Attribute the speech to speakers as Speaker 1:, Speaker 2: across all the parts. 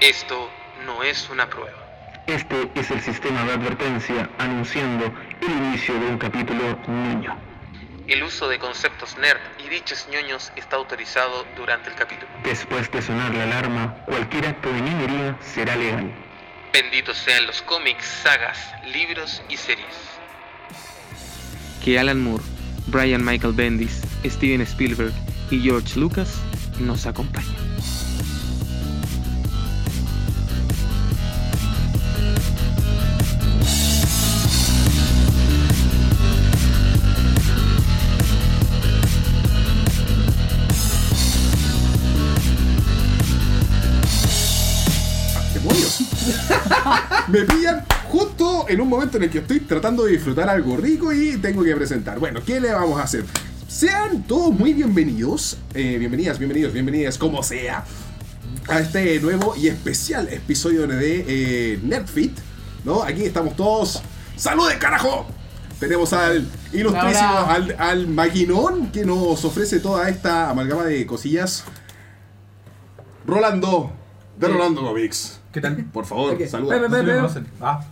Speaker 1: Esto no es una prueba.
Speaker 2: Este es el sistema de advertencia anunciando el inicio de un capítulo niño.
Speaker 1: El uso de conceptos nerd y dichos ñoños está autorizado durante el capítulo.
Speaker 2: Después de sonar la alarma, cualquier acto de niñería será legal.
Speaker 1: Benditos sean los cómics, sagas, libros y series.
Speaker 3: que Alan Moore, Brian Michael Bendis, Steven Spielberg y George Lucas nos acompañan.
Speaker 4: ¡Demonios! Me pillan justo en un momento en el que estoy tratando de disfrutar algo rico y tengo que presentar. Bueno, ¿qué le vamos a hacer? Sean todos muy bienvenidos, eh, bienvenidas, bienvenidos, bienvenidas, como sea, a este nuevo y especial episodio de eh, Netfit. ¿No? Aquí estamos todos. ¡Salud de carajo! Tenemos al ilustrísimo,
Speaker 5: Ahora.
Speaker 4: al, al maquinón que nos ofrece toda esta amalgama de cosillas. Rolando, de Rolando Comics.
Speaker 6: ¿Qué tal?
Speaker 4: Por favor,
Speaker 5: Ok.
Speaker 4: saluda.
Speaker 5: Ve, ve, ve.
Speaker 6: No me conocen. Ah,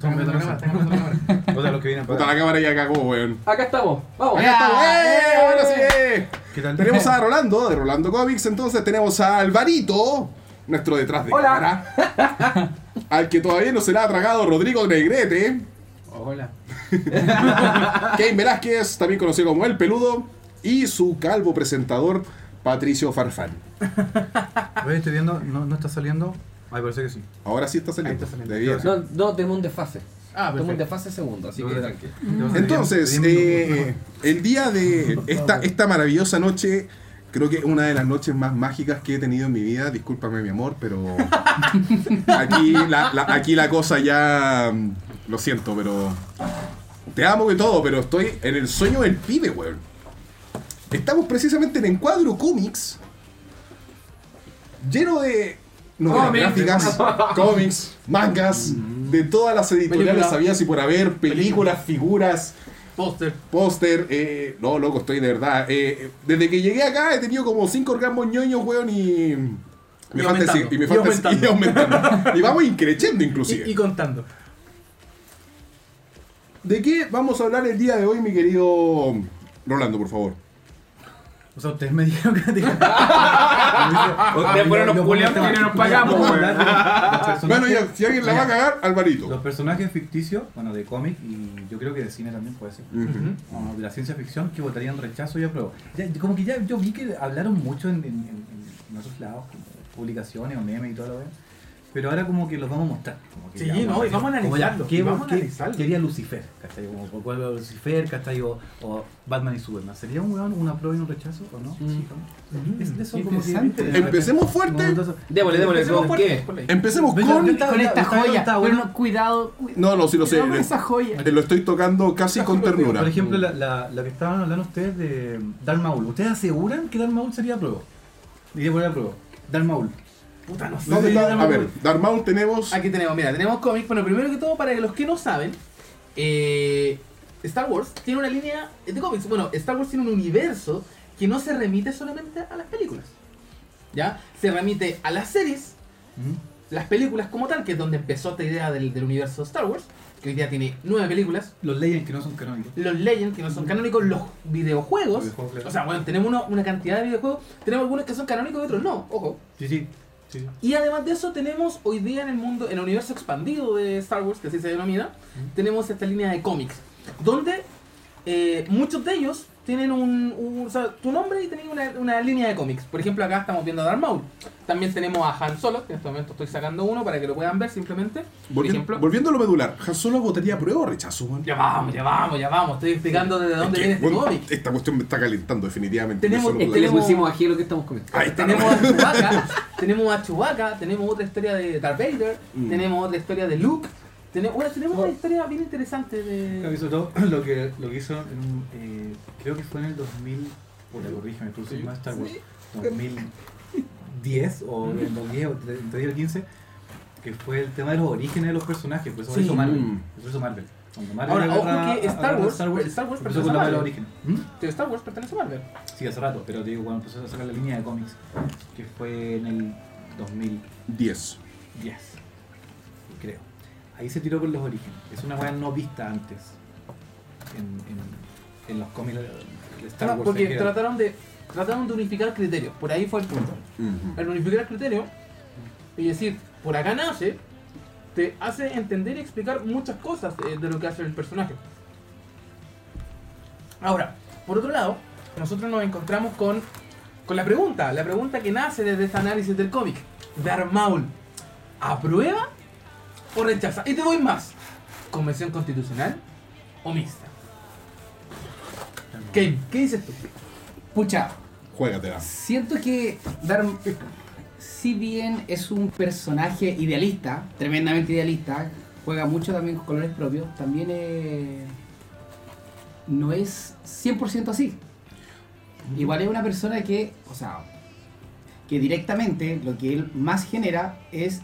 Speaker 6: no me conocen. O sea, los que pues. vienen
Speaker 4: Puta, la
Speaker 6: para
Speaker 4: cámara ya cagó, weón.
Speaker 5: Acá estamos, vamos.
Speaker 4: Acá estamos.
Speaker 7: Ah,
Speaker 4: ¡Eh! Ahora sí, eh.
Speaker 6: ¿Qué tal?
Speaker 4: Tenemos a Rolando, de Rolando Comics. Entonces tenemos a Alvarito, nuestro detrás de
Speaker 5: Hola.
Speaker 4: cámara. Al que todavía no se le ha tragado Rodrigo Negrete.
Speaker 5: Hola.
Speaker 4: Kane Velázquez, también conocido como El Peludo. Y su calvo presentador, Patricio Farfán.
Speaker 6: Oye, estoy viendo, no, no está saliendo. Ay, parece que sí.
Speaker 4: Ahora sí está saliendo.
Speaker 6: Ahí está saliendo.
Speaker 4: Debiera.
Speaker 5: No, no, tenemos un desfase.
Speaker 6: Ah,
Speaker 5: Tenemos un desfase segundo, así que tranquilo.
Speaker 4: Entonces, eh, el día de esta, esta maravillosa noche, creo que una de las noches más mágicas que he tenido en mi vida, discúlpame mi amor, pero aquí la, la- aquí la cosa ya, mm, lo siento, pero te amo y todo, pero estoy en el sueño del pibe, weón. Estamos precisamente en Encuadro Comics, lleno de novelas
Speaker 5: Cómics.
Speaker 4: gráficas, cómics, mangas, de todas las editoriales
Speaker 5: Películas.
Speaker 4: sabidas y por haber, películas, figuras,
Speaker 6: póster.
Speaker 4: póster. eh, no, loco, estoy de verdad. eh, desde que llegué acá he tenido como 5 orgasmos ñoños, weón, y. Me
Speaker 6: Y
Speaker 4: falta
Speaker 6: aumentando,
Speaker 4: decir- y me
Speaker 6: y
Speaker 4: falta decir-
Speaker 6: aumentando.
Speaker 4: y aumentando. Y vamos increciendo inclusive.
Speaker 6: Y, y contando.
Speaker 4: ¿De qué vamos a hablar el día de hoy, mi querido Rolando, por favor?
Speaker 6: O sea, ustedes me dijeron que te
Speaker 5: Ustedes fueron los culiados que no nos pagamos, weón.
Speaker 4: Bueno, ya, si alguien la va a cagar,
Speaker 6: Los
Speaker 4: Alvarito.
Speaker 6: personajes ficticios, bueno, de cómic y yo creo que de cine también puede ser.
Speaker 4: Ujú.
Speaker 6: o de la ciencia ficción que votarían rechazo y apruebo. Ya, como que ya yo vi que hablaron mucho en, en- en- en otros lados, como publicaciones o memes y todo lo demás. Pero ahora como que los vamos a mostrar. Como que
Speaker 8: Sí,
Speaker 6: ya
Speaker 8: no, y vamos a
Speaker 6: como ya,
Speaker 8: analizarlo,
Speaker 6: ¿qué,
Speaker 8: y vamos a
Speaker 6: qué
Speaker 8: analizarlo.
Speaker 6: quería Lucifer? ¿Cachai? Como, como cuál era Lucifer, ¿cachai? O, o Batman y Superman. ¿Sería un weón, una prueba y un rechazo o
Speaker 8: Mm.
Speaker 6: no? Sí, ¿no? Es de eso como que...
Speaker 8: Interesante. Em,
Speaker 4: Empecemos fuerte.
Speaker 5: Démosle, démosle,
Speaker 8: Empecemos
Speaker 5: ¿con
Speaker 8: fuerte,
Speaker 5: qué?
Speaker 8: ponle.
Speaker 4: Empecemos
Speaker 6: Ven,
Speaker 4: con.
Speaker 6: ven, ven.
Speaker 8: Con esta
Speaker 6: Está bueno,
Speaker 8: joya.
Speaker 6: está
Speaker 8: Pero
Speaker 6: bueno.
Speaker 8: no, cuidado, cuidado.
Speaker 4: No, no, si lo sé.
Speaker 8: Cuidado con
Speaker 4: le-
Speaker 8: esa joya.
Speaker 4: Te lo estoy tocando casi con ternura.
Speaker 6: Por ejemplo, la, la, la que estaban hablando ustedes de Darth Maul. ¿Ustedes aseguran que Darth Maul sería prueba? Diría por la prueba. Darth Maul.
Speaker 8: Puta, no sé.
Speaker 4: ¿Dónde está?
Speaker 6: Darth
Speaker 4: A
Speaker 6: Maul.
Speaker 4: ver, Darmaul tenemos.
Speaker 8: Aquí tenemos, mira, tenemos cómics. Bueno, primero que todo, para los que no saben, eh, Star Wars tiene una línea de cómics. Bueno, Star Wars tiene un universo que no se remite solamente a las películas. ¿Ya? Se remite a las series,
Speaker 6: Ujú.
Speaker 8: las películas como tal, que es donde empezó esta idea del, del universo Star Wars, que hoy día tiene nueve películas.
Speaker 6: Los Legends que no son canónicos.
Speaker 8: Los Legends, que no son canónicos, los videojuegos.
Speaker 6: Los videojuegos, claro.
Speaker 8: O sea, bueno, tenemos uno- una cantidad de videojuegos. Tenemos algunos que son canónicos y otros no, ojo.
Speaker 6: Sí, sí. sí, sí.
Speaker 8: Y además de eso tenemos hoy día en el mundo, en el universo expandido de Star Wars, que así se denomina, tenemos esta línea de cómics, donde eh, muchos de ellos tienen un, un- o sea, tu nombre y tienen una, una línea de cómics. Por ejemplo, acá estamos viendo a Darth Maul. También tenemos a Han Solo, que en este momento estoy sacando uno para que lo puedan ver simplemente. Por
Speaker 4: Volvi-
Speaker 8: ejemplo,
Speaker 4: Volviendo a lo medular, ¿Han Solo votaría prueba o rechazo, weón?
Speaker 8: ya vamos, ya vamos, ya vamos. Estoy explicando desde dónde
Speaker 4: Es que,
Speaker 8: viene este
Speaker 4: bueno,
Speaker 8: cómic.
Speaker 4: Esta cuestión me está calentando definitivamente.
Speaker 8: Tenemos-
Speaker 4: Yo solo
Speaker 8: es
Speaker 4: la-
Speaker 8: que
Speaker 5: Le
Speaker 8: Tenemos-
Speaker 5: pusimos aquí lo que estamos comiendo.
Speaker 4: Ahí está.
Speaker 8: Tenemos a Chewbacca, tenemos a Chewbacca, tenemos otra historia de Darth Vader,
Speaker 6: Mm.
Speaker 8: tenemos otra historia de Luke. Tenemos, bueno, tenemos una historia bien
Speaker 6: Oh.
Speaker 8: interesante
Speaker 6: Creo que
Speaker 8: de...
Speaker 6: sobre todo lo que, lo que hizo, en un, eh, creo que fue en el 2000, puta, corrígeme, tú soy más Star Wars, 2010 o en 2010 o entre entre 10 y 15, que fue el tema de los orígenes de los personajes, pues, por eso
Speaker 8: Sí.
Speaker 6: hizo Marvel.
Speaker 4: Mm.
Speaker 6: Eso hizo Marvel. Cuando Marvel
Speaker 8: Ahora,
Speaker 6: agarra-
Speaker 8: ojo que Star
Speaker 6: agarra
Speaker 8: Wars- Star Wars
Speaker 6: empezó
Speaker 8: pertenece
Speaker 6: con la
Speaker 8: a
Speaker 6: de
Speaker 8: Marvel.
Speaker 6: los orígenes. ¿Mm?
Speaker 8: de Star Wars pertenece a Marvel.
Speaker 6: Sí, hace rato, pero te digo, cuando empezó a sacar la línea de cómics, que fue en el 2010,
Speaker 4: 10.
Speaker 6: creo. Ahí se tiró con los orígenes. Es una weá no vista antes en, en- en los cómics de Star Wars. en
Speaker 8: Ah, porque
Speaker 6: general.
Speaker 8: trataron de, trataron de unificar criterios. Por ahí fue el punto.
Speaker 4: Ujú.
Speaker 8: Al unificar criterios, es decir, por acá nace, te hace entender y explicar muchas cosas eh, de, lo que hace el personaje. Ahora, por otro lado, nosotros nos encontramos con, con la pregunta, la pregunta que nace desde este análisis del cómic. Darth Maul, ¿aprueba o rechaza? Y te doy más, ¿convención constitucional o mixta? Kane, ¿qué dices tú?
Speaker 7: Pucha,
Speaker 4: Juégatela.
Speaker 7: siento que Dar si bien es un personaje idealista, tremendamente idealista, juega mucho también con colores propios, también eh, no es 100% así. Igual es una persona que, o sea, que directamente lo que él más genera es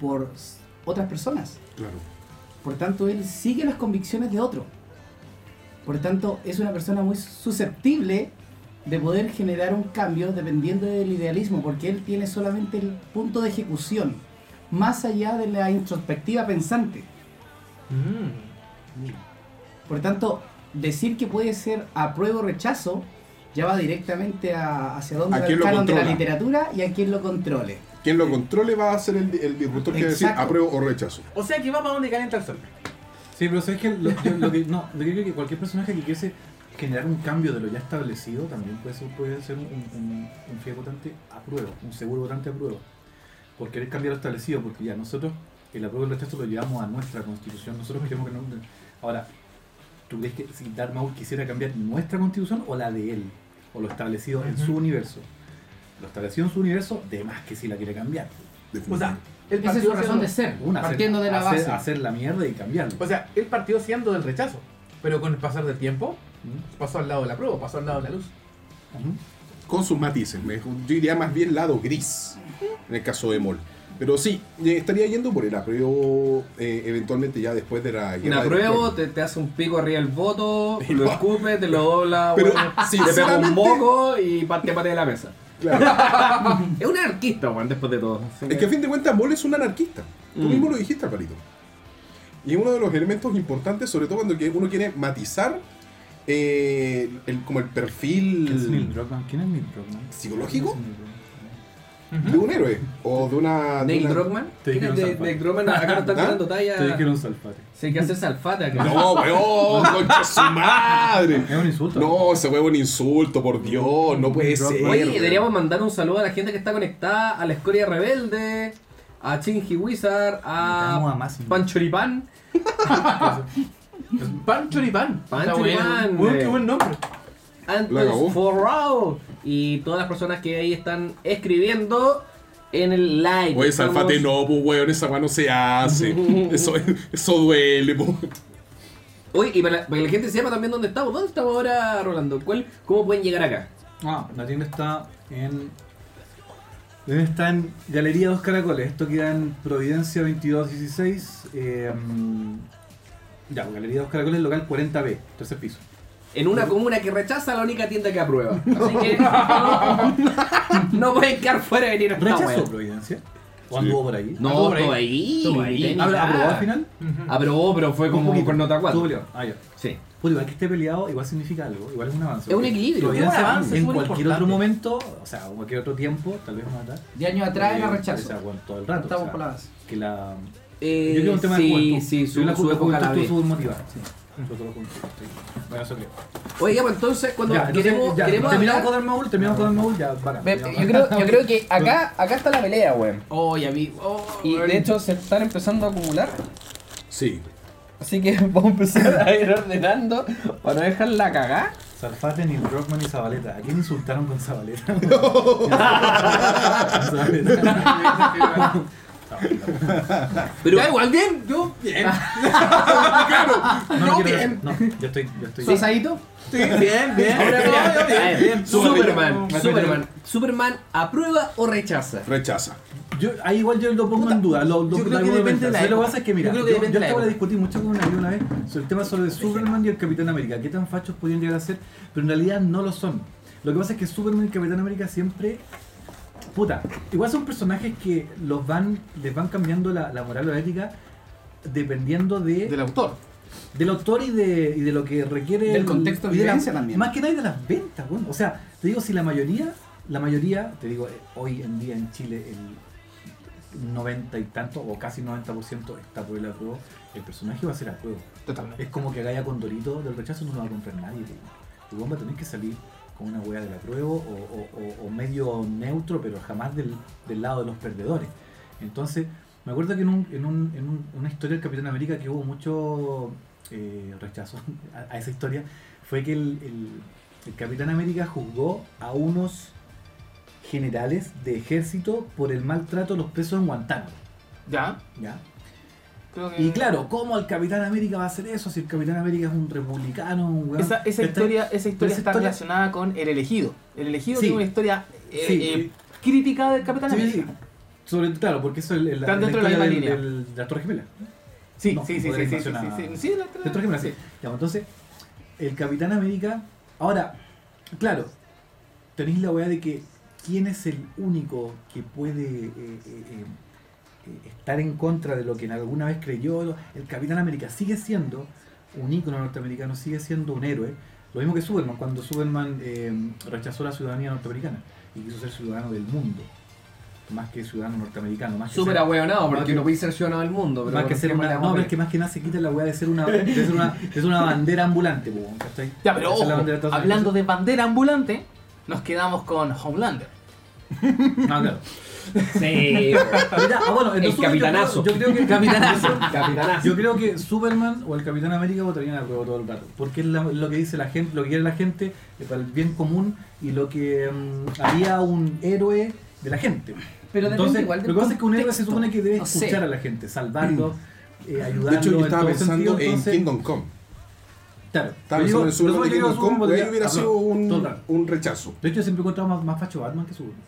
Speaker 7: por s- otras personas.
Speaker 4: Claro.
Speaker 7: Por tanto, él sigue las convicciones de otro. Por tanto, es una persona muy susceptible de poder generar un cambio dependiendo del idealismo, porque él tiene solamente el punto de ejecución, más allá de la introspectiva pensante.
Speaker 8: Mm,
Speaker 7: Por tanto, decir que puede ser apruebo o rechazo ya va directamente a- hacia dónde
Speaker 4: ¿A
Speaker 7: va
Speaker 4: quién
Speaker 7: el
Speaker 4: lo
Speaker 7: canon de la
Speaker 4: controla?
Speaker 7: literatura y a quien lo controle.
Speaker 4: Quien lo controle va a ser el, el disruptor que va a decir
Speaker 7: Exacto.
Speaker 4: apruebo o rechazo.
Speaker 8: O sea que va para donde calienta el sol.
Speaker 6: Sí, pero sabes que lo, yo- lo que no, lo que creo que cualquier personaje que quise generar un cambio de lo ya establecido también puede ser, puede ser un, un, un fiel votante a prueba, un seguro votante a prueba. Por querer cambiar lo establecido, porque ya nosotros el apruebo y el rechazo lo llevamos a nuestra constitución, nosotros queremos que no. Ahora, ¿tú crees que si Darth Maul quisiera cambiar nuestra constitución o la de él? O lo establecido en su universo. Lo establecido en su universo, de más que si la quiere cambiar.
Speaker 8: O sea,
Speaker 4: Definitivamente.
Speaker 8: él
Speaker 7: Esa es
Speaker 8: partió
Speaker 7: su razón
Speaker 8: siendo-
Speaker 7: de ser,
Speaker 6: Una, hacer-
Speaker 7: partiendo de la
Speaker 6: hacer-
Speaker 7: base.
Speaker 6: Hacer la mierda y cambiarlo.
Speaker 8: O sea, él partió siendo del rechazo, pero con el pasar del tiempo
Speaker 6: ¿Mm?
Speaker 8: pasó al lado de la prueba, pasó al lado de la luz.
Speaker 6: Ujú.
Speaker 4: Con sus matices. me- yo diría más bien lado gris. En el caso de Mol. Pero sí, eh, estaría yendo por el apruebo eh, eventualmente ya después de la
Speaker 9: Un
Speaker 4: guerra. del
Speaker 9: apruebo,
Speaker 4: recuerdo.
Speaker 9: te, te hace un pico arriba del voto, lo escupe, te lo dobla,
Speaker 4: Pero,
Speaker 9: weón, te pega
Speaker 4: sinceramente-
Speaker 9: un moco y pa- te patea la mesa.
Speaker 4: Claro.
Speaker 9: Es un anarquista, weón, después de todo. Así
Speaker 4: Es que a fin de cuentas Mol es un anarquista.
Speaker 9: Mm.
Speaker 4: Tú mismo lo dijiste, Alvarito. Y es uno de los elementos importantes, sobre todo cuando que- uno quiere matizar eh, el, como el
Speaker 6: ¿Quién es Neil
Speaker 4: perfil
Speaker 6: Druckmann? ¿Quién es Neil Druckmann?
Speaker 4: ¿Psicológico?
Speaker 6: ¿Quién es Neil Druckmann?
Speaker 4: de un héroe o de una... de
Speaker 9: Neil
Speaker 4: una-
Speaker 9: Druckmann.
Speaker 6: Te
Speaker 9: ¿Quién
Speaker 6: dijeron
Speaker 9: es de-
Speaker 6: Salfate.
Speaker 9: Neil Druckmann? Acá no están
Speaker 4: ¿Ah?
Speaker 9: tirando
Speaker 6: Te
Speaker 9: talla.
Speaker 6: dijeron Salfate.
Speaker 9: Sí, hay que hacer salfate acá.
Speaker 4: No, weón, concha su madre.
Speaker 6: Es un insulto.
Speaker 4: No, ese huevo es un insulto, por Dios, no puede ser.
Speaker 9: Oye,
Speaker 4: weón.
Speaker 9: deberíamos mandar un saludo a la gente que está conectada a la escoria rebelde, a Chingy Wizard,
Speaker 6: Metamos
Speaker 9: a
Speaker 6: a Massimo.
Speaker 9: Panchoripán.
Speaker 8: Ah, Pan Choripán.
Speaker 9: Pan
Speaker 8: Está bueno.
Speaker 9: Choripán,
Speaker 8: Bueno,
Speaker 9: eh.
Speaker 8: qué buen nombre.
Speaker 4: La acabó.
Speaker 9: Antes Forrao y todas las personas que ahí están escribiendo en el live.
Speaker 4: Oye,
Speaker 9: Estamos-
Speaker 4: Salfate, no, pues, weón, esa weá no se hace. Eso, eso duele, pues.
Speaker 9: Oye, y para la, para que la gente sepa también dónde estamos. ¿Dónde estamos ahora, Rolando? ¿Cuál, ¿Cómo pueden llegar acá?
Speaker 6: Ah, la tienda está en. La tienda está en Galería Dos Caracoles. Esto queda en Providencia 2216. Eh, mm, ya, Galería Dos Caracoles, local 40B, tercer piso.
Speaker 9: En una comuna que rechaza la única tienda que aprueba. Así que no, no pueden quedar fuera de venir a esta
Speaker 6: ¿Rechazó
Speaker 9: wea.
Speaker 6: Providencia? ¿O anduvo por ahí?
Speaker 9: No,
Speaker 8: Estuvo ahí.
Speaker 9: estuvo ahí.
Speaker 6: ¿Estuvo ahí?
Speaker 9: ni
Speaker 6: ¿Apro-
Speaker 8: Ah.
Speaker 9: nada.
Speaker 6: ¿Aprobó al final?
Speaker 9: Aprobó, pero fue
Speaker 6: Un
Speaker 9: como
Speaker 6: poquito.
Speaker 9: con nota
Speaker 6: Estuvo
Speaker 9: 4.
Speaker 6: peleado. Ah, ya.
Speaker 9: Sí.
Speaker 6: Puta, igual que esté peleado, igual significa algo, igual es un avance.
Speaker 9: Es un
Speaker 6: Porque
Speaker 9: equilibrio,
Speaker 6: Providencia
Speaker 8: es un avance, es
Speaker 6: en
Speaker 8: muy
Speaker 6: cualquier
Speaker 8: importante.
Speaker 6: otro momento, o sea, en cualquier otro tiempo, tal vez más tarde.
Speaker 7: De años atrás era
Speaker 6: eh,
Speaker 7: rechazo.
Speaker 6: o sea, bueno, todo el rato.
Speaker 7: Estamos
Speaker 6: o sea,
Speaker 7: por la base.
Speaker 6: que la.
Speaker 9: Eh,
Speaker 6: Yo creo que es un tema de
Speaker 9: sí,
Speaker 6: juventud.
Speaker 9: sí,
Speaker 6: Yo
Speaker 9: su,
Speaker 6: la
Speaker 9: su
Speaker 6: ju-
Speaker 9: época la
Speaker 6: juventud
Speaker 9: vi.
Speaker 6: estuvo motivada. Sí. Yo todo lo junto, sí. Bueno, eso creo.
Speaker 9: Oiga, pues entonces cuando
Speaker 6: Ya, entonces,
Speaker 9: queremos,
Speaker 6: ya,
Speaker 9: queremos
Speaker 6: terminamos
Speaker 9: hablar-
Speaker 6: con el Maul, terminamos con el Maul, ya, para.
Speaker 7: Ve, Yo creo, yo creo que acá, acá está la pelea, weón.
Speaker 8: Oh, ya vi. Oh,
Speaker 7: Y
Speaker 8: weón.
Speaker 7: de hecho se están empezando a acumular.
Speaker 4: Sí.
Speaker 7: Así que vamos a empezar a ir ordenando para no dejarla cagar.
Speaker 6: Salfate, Neil Rockman y Zabaleta. ¿A quién insultaron con Zabaleta? Zabaleta.
Speaker 9: pero-
Speaker 8: Ya, igual bien. Yo, bien.
Speaker 6: No, no,
Speaker 8: No,
Speaker 6: quiero-
Speaker 8: bien.
Speaker 6: no, yo estoy. Yo estoy
Speaker 7: ¿Sosadito?
Speaker 8: Sí, bien,
Speaker 9: Ahora, a
Speaker 8: bien. Bien, bien,
Speaker 9: ver,
Speaker 8: bien.
Speaker 9: Superman,
Speaker 6: Súbele.
Speaker 9: Superman, Superman, ¿aprueba o rechaza?
Speaker 4: Rechaza.
Speaker 6: Yo, ahí igual yo lo pongo
Speaker 8: Puta,
Speaker 6: en duda. Lo, lo-
Speaker 8: yo creo que
Speaker 6: lo-
Speaker 8: depende de la
Speaker 6: Yo Lo que
Speaker 8: época.
Speaker 6: pasa es que, mira, yo,
Speaker 8: Yo creo que
Speaker 6: yo
Speaker 8: depende de la
Speaker 6: acabo de
Speaker 8: época.
Speaker 6: discutir mucho con un amigo una vez sobre el tema sobre Superman y el Capitán América. ¿Qué tan fachos podían llegar a ser? Pero en realidad no lo son. Lo que pasa es que Superman y el Capitán América siempre Puta, igual son personajes que los van, les van cambiando la, la moral o la ética dependiendo de,
Speaker 7: Del autor.
Speaker 6: del autor y de, y de lo que requiere.
Speaker 7: Del
Speaker 6: el-
Speaker 7: contexto de
Speaker 6: y la-
Speaker 7: vivencia también.
Speaker 6: Más que nada y de las ventas, weón. O sea, te digo, si la mayoría, la mayoría, te digo, eh, hoy en día en Chile el 90 y tanto o casi 90% está por el apruebo, el personaje va a ser apruebo.
Speaker 7: Totalmente.
Speaker 6: Es como que Gaia Condorito del rechazo no lo va a comprar nadie. pues. Tu bomba tenés que salir con una hueá del apruebo o, o- o- o medio neutro, pero jamás del, del lado de los perdedores. Entonces, me acuerdo que en, un- en un- en un- una historia del Capitán América que hubo mucho eh, rechazo a, a esa historia, fue que el, el- el Capitán América juzgó a unos generales de ejército por el maltrato a los presos en Guantánamo.
Speaker 7: Ya.
Speaker 6: ¿ya?
Speaker 7: Creo que...
Speaker 6: Y claro, ¿cómo el Capitán América va a hacer eso si el Capitán América es un republicano? Un weón?
Speaker 8: Esa, esa
Speaker 6: Está-
Speaker 8: historia, esa historia
Speaker 6: esa
Speaker 8: está
Speaker 6: historia-
Speaker 8: relacionada con El Elegido. El Elegido
Speaker 6: Sí.
Speaker 8: tiene una historia eh,
Speaker 6: Sí.
Speaker 8: eh, crítica del Capitán
Speaker 6: Sí, sí,
Speaker 8: América.
Speaker 6: Sobre, claro, porque eso es el- el-
Speaker 8: Están dentro de la
Speaker 6: historia
Speaker 8: misma
Speaker 6: del-
Speaker 8: línea.
Speaker 6: del- de la Torre Gemela.
Speaker 8: Sí,
Speaker 6: No,
Speaker 8: sí, sí,
Speaker 6: por
Speaker 8: sí,
Speaker 6: la
Speaker 8: sí, sí,
Speaker 6: invasión a-
Speaker 8: sí, sí, sí, la-
Speaker 6: De la Torre Gemela, sí. Ya, bueno, entonces, el Capitán América. Ahora, claro, tenéis la weá de que quién es el único que puede eh, eh, eh, eh, estar en contra de lo que en alguna vez creyó. El Capitán América sigue siendo un ícono norteamericano, sigue siendo un héroe. Lo mismo que Superman, cuando Superman eh, rechazó la ciudadanía norteamericana y quiso ser ciudadano del mundo, más que ciudadano norteamericano, más que
Speaker 5: Súper
Speaker 6: ser-
Speaker 5: ahueonado,
Speaker 6: más
Speaker 5: porque
Speaker 6: que-
Speaker 5: no podéis ser ciudadano del mundo. Pero
Speaker 6: más que
Speaker 5: bueno,
Speaker 6: ser
Speaker 5: ¿qué
Speaker 6: una,
Speaker 5: más le
Speaker 6: no,
Speaker 5: vamos a
Speaker 6: pero es que
Speaker 5: pedir?
Speaker 6: más que nada se quita la weá de ser una, de ser una, de ser una bandera ambulante, po, ¿cachai?
Speaker 8: Ya, pero
Speaker 6: De ser la
Speaker 8: ojo,
Speaker 6: bandera Estados Unidos.
Speaker 8: hablando de bandera ambulante, nos quedamos con Homelander.
Speaker 6: No, claro.
Speaker 7: Sí.
Speaker 6: Pero ya, ah, bueno, entonces, yo creo-
Speaker 5: capitanazo.
Speaker 6: Yo creo, que capitanazo.
Speaker 5: Capitanazo.
Speaker 6: Yo creo que Superman o el Capitán América votarían a prueba todo el rato. Porque es la- lo que dice la gente, lo que quiere la gente eh, para el bien común y lo que mm, haría un héroe de la gente.
Speaker 7: Pero depende
Speaker 6: Entonces,
Speaker 7: igual del
Speaker 6: lo que pasa es que un héroe se
Speaker 7: contexto.
Speaker 6: supone que debe
Speaker 7: No sé. Mm.
Speaker 6: escuchar a la gente, salvarlo, eh, ayudarlo.
Speaker 4: De hecho, yo
Speaker 6: en
Speaker 4: estaba
Speaker 6: todo
Speaker 4: pensando
Speaker 6: sentido,
Speaker 4: en
Speaker 6: entonces-
Speaker 4: Kingdom Come.
Speaker 6: Claro.
Speaker 4: Estaba
Speaker 6: Yo digo-
Speaker 4: pensando en Superman
Speaker 6: pero
Speaker 4: de
Speaker 6: yo digo
Speaker 4: Kingdom Come,
Speaker 6: Superman
Speaker 4: porque ahí
Speaker 6: podría-
Speaker 4: hubiera
Speaker 6: ah,
Speaker 4: sido
Speaker 6: no, todo el
Speaker 4: un,
Speaker 6: rato.
Speaker 4: un rechazo.
Speaker 6: De hecho, yo siempre he encontrado más, más facho Batman que Superman.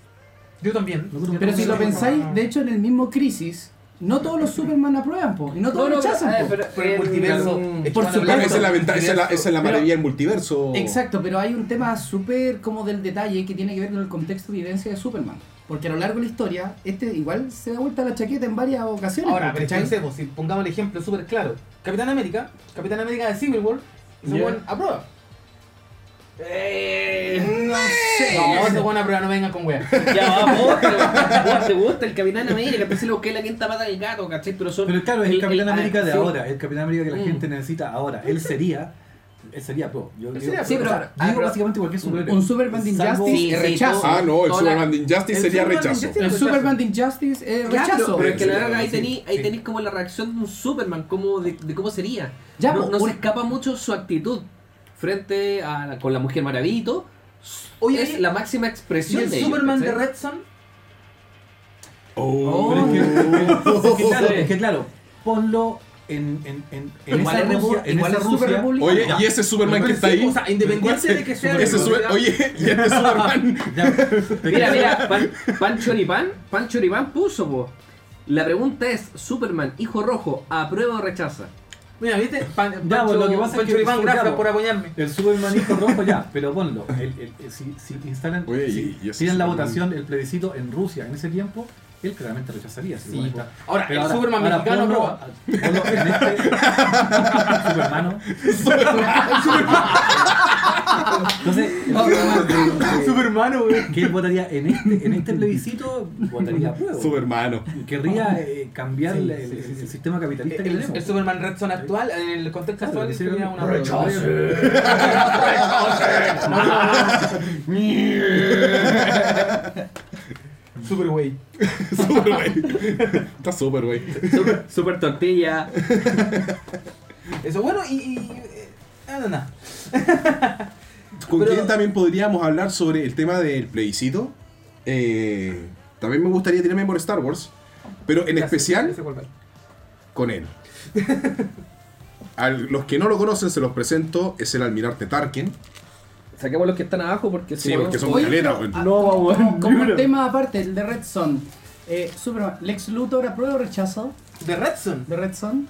Speaker 8: Yo también.
Speaker 7: Pero si lo pensáis, de hecho, en el mismo Crisis, no todos los Superman aprueban, po. Y no todos
Speaker 5: No, no,
Speaker 7: rechazan,
Speaker 5: eh,
Speaker 7: po.
Speaker 5: pero-
Speaker 8: Por el
Speaker 5: eh,
Speaker 8: multiverso.
Speaker 5: mm,
Speaker 8: Es por
Speaker 5: Juan
Speaker 8: supuesto.
Speaker 5: Blanco.
Speaker 4: esa es la ventaja, esa es la, esa es la
Speaker 7: Pero-
Speaker 4: maravilla del multiverso.
Speaker 7: Exacto, pero hay un tema súper como del detalle que tiene que ver con el contexto y vivencia de Superman. Porque a lo largo de la historia, este igual se da vuelta la chaqueta en varias ocasiones.
Speaker 8: Ahora,
Speaker 7: po,
Speaker 8: pero
Speaker 7: ¿cachai?
Speaker 8: pensemos, si pongamos el ejemplo súper claro. Capitán América, Capitán América de Civil War, ese
Speaker 6: Ya.
Speaker 8: weón aprueba.
Speaker 7: No sé.
Speaker 8: Eh, No, ese weón aprueba, no venga con weón.
Speaker 5: Ya va, vos, pero vos te gusta el Capitán América, entonces lo que es la quinta pata del gato, ¿cachai? Pero son.
Speaker 6: Pero claro, es el, Capitán América de
Speaker 5: sí.
Speaker 6: ahora, el Capitán América que la
Speaker 5: Mm.
Speaker 6: gente necesita ahora. Él sería. Él sería pro. Yo digo,
Speaker 8: sería
Speaker 7: Sí,
Speaker 6: o
Speaker 7: pero-
Speaker 6: sea,
Speaker 5: ah,
Speaker 6: digo
Speaker 5: pero-
Speaker 6: básicamente cualquier superhéroe.
Speaker 7: Un Superman de
Speaker 6: Salvo-
Speaker 7: Injustice
Speaker 5: Sí,
Speaker 7: es
Speaker 5: sí,
Speaker 7: rechazo.
Speaker 5: todo-
Speaker 4: Ah, no, el
Speaker 5: Toda
Speaker 4: Superman
Speaker 5: la-
Speaker 4: de Injustice
Speaker 6: el
Speaker 4: sería
Speaker 6: Superman de
Speaker 4: rechazo.
Speaker 6: Injustice-
Speaker 7: El Superman de Injustice es
Speaker 5: Claro,
Speaker 7: eh, rechazo.
Speaker 5: pero es que
Speaker 4: Sí,
Speaker 5: la verdad ahí
Speaker 4: sí,
Speaker 5: tenéis ahí
Speaker 6: sí.
Speaker 5: tenéis como la reacción de un Superman, como de, de cómo sería.
Speaker 7: Ya,
Speaker 5: no
Speaker 7: pues,
Speaker 5: no
Speaker 7: un-
Speaker 5: se escapa mucho su actitud frente a la- con la Mujer Maravito.
Speaker 8: Oye,
Speaker 5: es la máxima
Speaker 8: ¿Y
Speaker 5: expresión
Speaker 8: el
Speaker 5: de ello,
Speaker 8: Superman de
Speaker 5: ¿cachai?
Speaker 8: Red Son?
Speaker 4: Oh.
Speaker 6: Pero es, que, claro,
Speaker 5: Sí.
Speaker 6: es que claro, ponlo en, en, en, en
Speaker 7: Igual
Speaker 6: esa
Speaker 7: es repu-
Speaker 6: Rusia. En
Speaker 7: igual
Speaker 6: esa
Speaker 7: es super
Speaker 6: Rusia.
Speaker 7: republicano.
Speaker 4: Oye, y ese Superman que está ahí.
Speaker 8: O sea, independiente de que sea.
Speaker 4: Ese Super- Oye, y este Superman.
Speaker 6: Ya, pero-
Speaker 5: Mira, mira, Pan, Pan Choripán, Pan Choripán puso, po. La pregunta es, Superman, hijo rojo, ¿aprueba o rechaza?
Speaker 8: Mira, ¿viste? Pan,
Speaker 6: Ya,
Speaker 8: Pancho-
Speaker 6: lo que pasa es
Speaker 8: Pancho
Speaker 6: que-
Speaker 8: Iván, gracias
Speaker 6: claro.
Speaker 8: por apoyarme.
Speaker 6: El Superman hijo rojo ya, pero ponlo. El- el- el- si, si instalan,
Speaker 4: Oye,
Speaker 6: si,
Speaker 4: y- y ese
Speaker 6: tiran la
Speaker 4: Superman-
Speaker 6: votación, el plebiscito en Rusia en ese tiempo, él claramente rechazaría. si igual está-
Speaker 8: Ahora,
Speaker 6: Pero
Speaker 8: el Superman mexicano
Speaker 6: ponlo-
Speaker 8: aprueba.
Speaker 6: ponlo en este- Supermano. Entonces, el Superman que-
Speaker 8: Supermano, güey.
Speaker 6: que él votaría en este, en este plebiscito, votaría a prueba.
Speaker 4: Supermano.
Speaker 6: Querría eh, cambiar
Speaker 8: Sí,
Speaker 6: el,
Speaker 8: sí,
Speaker 6: el-
Speaker 8: sí,
Speaker 6: el
Speaker 8: sí.
Speaker 6: sistema capitalista que
Speaker 8: El,
Speaker 6: tenemos.
Speaker 8: el Superman Red Son actual, en el contexto
Speaker 6: Claro,
Speaker 8: actual,
Speaker 6: que sería
Speaker 8: sería
Speaker 6: un
Speaker 8: una Super güey.
Speaker 4: Superman. Está super, güey.
Speaker 5: Super, super tortilla.
Speaker 8: Eso bueno y. y eh, ah, no, no.
Speaker 4: ¿Con
Speaker 8: Pero-
Speaker 4: quién también podríamos hablar sobre el tema del plebiscito? Eh, también me gustaría tirarme por Star Wars, pero en
Speaker 8: Ya sé,
Speaker 4: especial
Speaker 8: ya sé cuál va.
Speaker 4: con él. A los que no lo conocen, se los presento, es el almirante Tarkin.
Speaker 5: Saquemos los que están abajo porque si
Speaker 4: Sí,
Speaker 5: no-
Speaker 4: porque son
Speaker 7: Oye,
Speaker 4: caletas,
Speaker 7: pero,
Speaker 4: güey.
Speaker 7: ah,
Speaker 5: No,
Speaker 7: como-
Speaker 5: weón,
Speaker 7: como- Como
Speaker 5: ni
Speaker 7: un
Speaker 5: uno.
Speaker 7: tema aparte, el de Red Son. Eh, Superman, Lex Luthor aprueba o rechazo
Speaker 8: ¿De Red Son?
Speaker 7: de Red Son.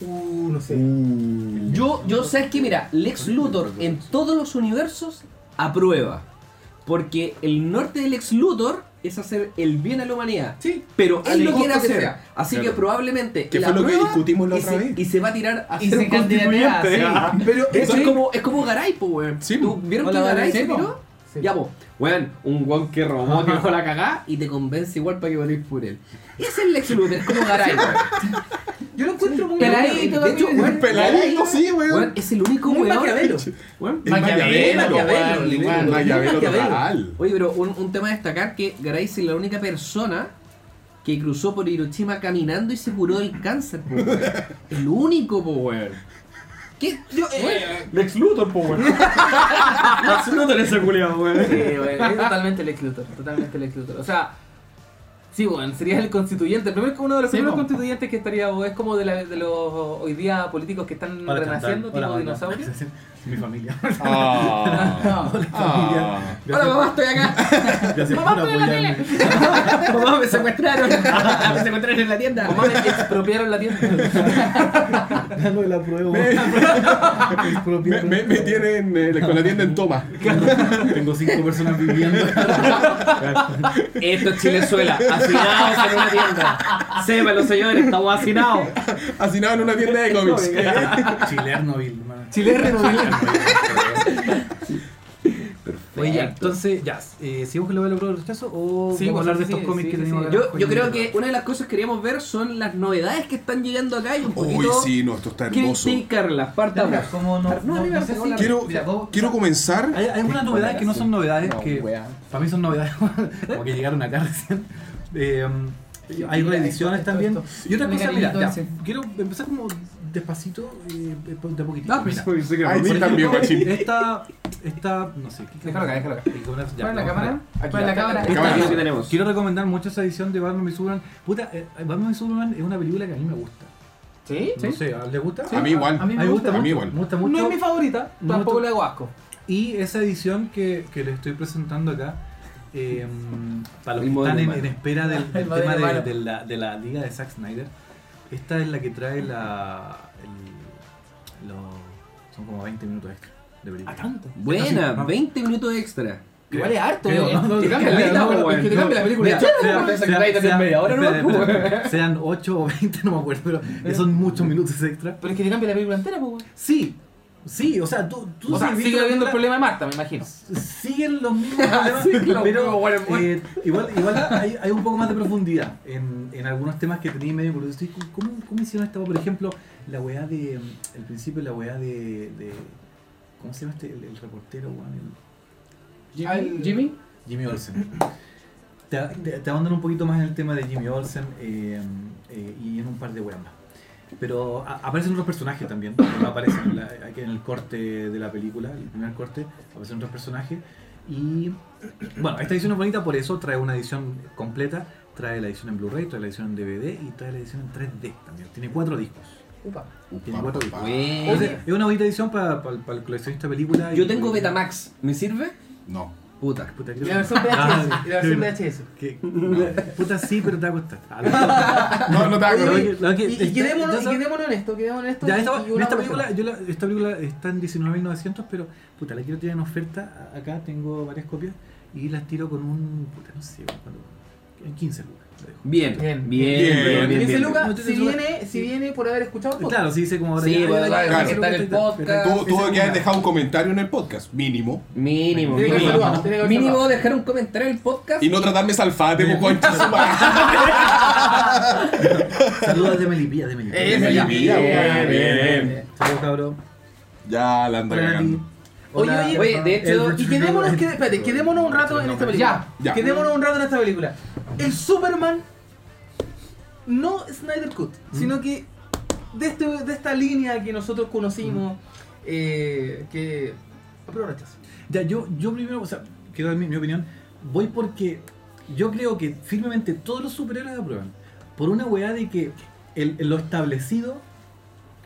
Speaker 8: Uh, no sé.
Speaker 4: Mm.
Speaker 5: Yo, yo sé que mira, Lex Luthor en todos los universos aprueba. Porque el norte de Lex Luthor
Speaker 9: es hacer el bien a la humanidad.
Speaker 8: Sí.
Speaker 9: Pero
Speaker 8: Al
Speaker 9: él lo quiere
Speaker 8: costo que
Speaker 9: hacer.
Speaker 8: sea.
Speaker 9: Así
Speaker 4: Claro.
Speaker 9: que probablemente.
Speaker 4: Que
Speaker 9: la
Speaker 4: fue lo que
Speaker 9: prueba
Speaker 4: discutimos la
Speaker 9: y
Speaker 4: otra
Speaker 9: se-
Speaker 4: vez.
Speaker 9: Y se va a tirar a
Speaker 7: Y
Speaker 9: ser
Speaker 7: se candidatea,
Speaker 9: constituyente.
Speaker 7: sí.
Speaker 9: Pero eso
Speaker 4: Sí.
Speaker 9: es como, es como Garay, po, weón.
Speaker 4: Sí,
Speaker 9: ¿Tú
Speaker 4: po.
Speaker 9: vieron
Speaker 7: Hola,
Speaker 9: que Garay
Speaker 7: sí,
Speaker 9: se
Speaker 7: po.
Speaker 9: tiró?
Speaker 8: Sí.
Speaker 9: Ya, po. Weón, un weón que robó, que dejó la cagada y te convence igual para que votéis por él. Ese es el Lex Luthor, es como Garay, weón.
Speaker 8: Yo lo encuentro muy
Speaker 7: Peladito,
Speaker 9: De hecho,
Speaker 7: weón.
Speaker 9: weón,
Speaker 4: Peladito, sí,
Speaker 9: weón,
Speaker 4: weón.
Speaker 9: es el único
Speaker 8: Muy
Speaker 9: weón.
Speaker 8: maquiavelo.
Speaker 9: Weón,
Speaker 4: Es Maquiavelo,
Speaker 8: Maquiavelo,
Speaker 4: weón,
Speaker 8: Maquiavelo,
Speaker 4: weón, Maquiavelo
Speaker 9: Maquiavelo.
Speaker 4: total.
Speaker 9: Oye, pero un, un tema a destacar que Garay es la única persona que cruzó por Hiroshima caminando y se curó del cáncer, po, weón. El único, po, weón. ¿Qué? Yo, eh,
Speaker 2: Lex Luthor, po, weón. Lex Luthor ese culiado,
Speaker 8: Sí,
Speaker 2: weón.
Speaker 8: eh, bueno, es totalmente Lex Luthor, totalmente Lex Luthor. O sea, sí, bueno, sería el constituyente. Primero que uno de los
Speaker 7: Sí,
Speaker 8: primeros
Speaker 7: po.
Speaker 8: constituyentes que estaría, o es como de, la- de los hoy día políticos que están
Speaker 6: Para
Speaker 8: renaciendo,
Speaker 6: cantar.
Speaker 8: tipo
Speaker 6: Hola,
Speaker 8: dinosaurios.
Speaker 6: banda. Mi familia.
Speaker 10: Ah. Ah.
Speaker 9: Hola, mamá, estoy acá.
Speaker 6: Gracias
Speaker 8: Mamá,
Speaker 6: por
Speaker 8: estoy en la
Speaker 6: apoyarme.
Speaker 9: mamá, me secuestraron. me secuestraron en la tienda.
Speaker 8: Mamá, me expropiaron la tienda.
Speaker 6: Ya lo de la prueba.
Speaker 4: Me, me- me tienen eh, con la tienda en toma.
Speaker 6: Tengo cinco personas viviendo.
Speaker 9: Esto es Chilezuela.
Speaker 2: Hacinados en una tienda. Sépalo, señores, estamos hacinados.
Speaker 4: Hacinado en una tienda de cómics.
Speaker 6: Chilernobyl, hermano.
Speaker 9: Oye, ya,
Speaker 6: entonces, ya. eh, ¿Sigamos con lo de la prueba del rechazo o
Speaker 8: Sí,
Speaker 6: vamos a
Speaker 8: pues,
Speaker 6: hablar de
Speaker 8: sí,
Speaker 6: estos
Speaker 8: sí,
Speaker 6: cómics
Speaker 8: sí,
Speaker 6: que
Speaker 8: sí.
Speaker 6: teníamos acá?
Speaker 9: Yo, yo creo que una de las cosas que queríamos ver son las novedades que están llegando acá y un
Speaker 4: Uy,
Speaker 9: poquito
Speaker 4: sí, no, esto está hermoso.
Speaker 9: criticarlas. Partamos.
Speaker 6: Como no, no, no, sé si-
Speaker 4: Quiero,
Speaker 6: Mira, vos-
Speaker 4: quiero comenzar.
Speaker 6: Hay, hay algunas novedades que no son novedades,
Speaker 7: No,
Speaker 6: que
Speaker 7: wea.
Speaker 6: para mí son novedades, como que llegaron acá recién. Eh, hay
Speaker 7: Mira,
Speaker 6: reediciones
Speaker 7: esto,
Speaker 6: también.
Speaker 7: esto,
Speaker 6: Y otra cosa, mira,
Speaker 7: Mecanito
Speaker 6: ya,
Speaker 7: ese.
Speaker 6: quiero empezar como despacito, eh, de a poquitito.
Speaker 9: Ah,
Speaker 4: Ahí sí
Speaker 6: mira. Por
Speaker 4: también,
Speaker 6: ejemplo,
Speaker 4: guachín.
Speaker 6: Esta, esta, no sé. ¿qué-
Speaker 7: Déjalo acá, déjalo acá.
Speaker 6: Y con eso ya,
Speaker 7: ¿Cuál es la
Speaker 6: vamos a ver.
Speaker 7: cámara? ¿Cuál es la cámara?
Speaker 4: Cámara.
Speaker 7: Esta.
Speaker 9: Esto es lo que tenemos.
Speaker 6: Quiero recomendar mucho esa edición de Batman y Superman. Puta, eh, Batman y Superman es una película que a mí me gusta.
Speaker 8: ¿Sí?
Speaker 6: No sé, ¿a- ¿le gusta?
Speaker 4: A mí igual.
Speaker 7: A mí
Speaker 6: me gusta,
Speaker 4: A mí
Speaker 6: mucho,
Speaker 4: igual.
Speaker 6: Me gusta mucho.
Speaker 8: No es mi favorita,
Speaker 6: No,
Speaker 8: tampoco
Speaker 6: tú-
Speaker 8: la de Guasco.
Speaker 6: Y esa edición que, que les estoy presentando acá, eh, para los
Speaker 9: El
Speaker 6: que
Speaker 9: modelo
Speaker 6: están en,
Speaker 9: humano.
Speaker 6: en espera del, del
Speaker 8: El modelo
Speaker 6: tema de,
Speaker 8: humano.
Speaker 6: de la, de la liga de Zack Snyder, esta es la que trae la. el- lo- son como 20 minutos extra de película.
Speaker 8: Ah, tanto?
Speaker 9: Buena,
Speaker 6: Casi.
Speaker 9: 20 minutos extra.
Speaker 8: Igual es harto,
Speaker 6: Creo,
Speaker 8: weón.
Speaker 6: ¿no?
Speaker 8: Te cambia la
Speaker 6: Creo,
Speaker 8: película,
Speaker 6: no,
Speaker 8: weón.
Speaker 6: bueno,
Speaker 8: Es que te
Speaker 6: no.
Speaker 8: cambia la película.
Speaker 6: Mira, sean-
Speaker 8: Zack
Speaker 6: sean-
Speaker 8: Snyder en
Speaker 6: sean-
Speaker 8: media hora, ¿no?
Speaker 6: espera, espera, Sean 8 o 20, no me acuerdo, pero son muchos minutos extra.
Speaker 8: Pero es que te cambia la película entera, pues, weón.
Speaker 6: Sí, sí, o sea, tú, tú
Speaker 8: O sea,
Speaker 6: sí viste
Speaker 8: sigue
Speaker 6: la
Speaker 8: habiendo
Speaker 6: película-
Speaker 8: el problema de Marta, me imagino.
Speaker 6: siguen los mismos problemas, pero eh, igual, igual hay, hay un poco más de profundidad en, en algunos temas que tenía medio curioso. Estoy como, ¿Cómo, cómo hicieron esta? Por ejemplo, la weá de. mm, El principio, la weá de. de- ¿Cómo se llama este? El, el reportero, weón. el-
Speaker 7: Ay, Jimmy.
Speaker 6: Jimmy Olsen. Te, te, te ahondan un poquito más en el tema de Jimmy Olsen eh, eh, y en un par de weas más. Pero a- aparecen otros personajes también. no Aparecen en, la- aquí en el corte de la película, el primer corte, aparecen otros personajes. Y bueno, esta edición es bonita por eso, trae una edición completa, trae la edición en Blu-ray, trae la edición en DVD y trae la edición en 3D también. Tiene cuatro discos.
Speaker 8: Upa.
Speaker 6: Tiene cuatro discos.
Speaker 8: Eh,
Speaker 9: Buena.
Speaker 6: Entonces, es una bonita edición para, para, para el coleccionista de película. y-
Speaker 9: Yo tengo Betamax. ¿Me sirve?
Speaker 4: No.
Speaker 9: Puta.
Speaker 6: Puta, creo
Speaker 8: Y
Speaker 6: que-
Speaker 8: la versión
Speaker 6: Ah,
Speaker 8: VHS. Y la versión
Speaker 6: de-
Speaker 8: VHS.
Speaker 6: que- puta sí, pero te va a costar. A la-
Speaker 4: No, no te hagas.
Speaker 6: Lo que- lo que-
Speaker 8: Y, y
Speaker 6: está-
Speaker 8: quedémonos, y
Speaker 6: ya-
Speaker 8: quedémonos en esto, quedémonos en esto.
Speaker 6: ya
Speaker 8: y-
Speaker 6: esta,
Speaker 8: y una
Speaker 6: esta
Speaker 8: próxima.
Speaker 6: película, yo la- esta película está en 19.900, pero puta, la quiero tirar en oferta. A- Acá tengo varias copias y las tiro con un. Puta, no sé, cuánto- en 15 lucas. la dejo.
Speaker 9: Bien. Bien.
Speaker 8: Bien.
Speaker 4: Bien.
Speaker 9: Bien.
Speaker 8: Y
Speaker 9: bien,
Speaker 8: dice
Speaker 9: bien.
Speaker 8: Lucas,
Speaker 6: No te-
Speaker 8: si
Speaker 6: no te-
Speaker 8: viene, si viene por haber escuchado el podcast.
Speaker 6: Claro, sí, dice como ahora.
Speaker 9: Sí,
Speaker 6: ya-
Speaker 9: bueno,
Speaker 6: ya-
Speaker 9: claro,
Speaker 6: ya-
Speaker 9: que está en el
Speaker 6: ya-
Speaker 9: podcast.
Speaker 4: Tuvo, tuvo que haber
Speaker 6: Exacto.
Speaker 4: dejado un comentario en el podcast, mínimo.
Speaker 9: Mínimo.
Speaker 8: Tiene que haber
Speaker 9: Mínimo,
Speaker 8: saludado, tiene que haber
Speaker 9: Mínimo
Speaker 8: saludado.
Speaker 9: dejar un comentario en el podcast.
Speaker 4: Y no tratarme salfate, pues, concha su madre.
Speaker 6: Saludos de Melipilla, de Melipilla.
Speaker 8: Eso,
Speaker 4: Bien,
Speaker 8: ya.
Speaker 4: bien, bien.
Speaker 6: Saludos, cabrón.
Speaker 4: Ya la anda
Speaker 6: Hola,
Speaker 4: cagando.
Speaker 6: Nati.
Speaker 8: Oye,
Speaker 6: Hola,
Speaker 8: oye, oye, de hecho,
Speaker 6: el-
Speaker 8: y quedémonos, qued- espérate, quedémonos un rato en esta película.
Speaker 4: Ya.
Speaker 8: Quedémonos un rato en esta película. El Superman, no Snyder Cut, sino que de, este, de esta línea que nosotros conocimos, eh, que... Pero rechazo.
Speaker 6: Ya, yo, yo primero, o sea, quiero dar mi, mi opinión. Voy porque yo creo que firmemente todos los superhéroes aprueban. Por una weá de que el- lo establecido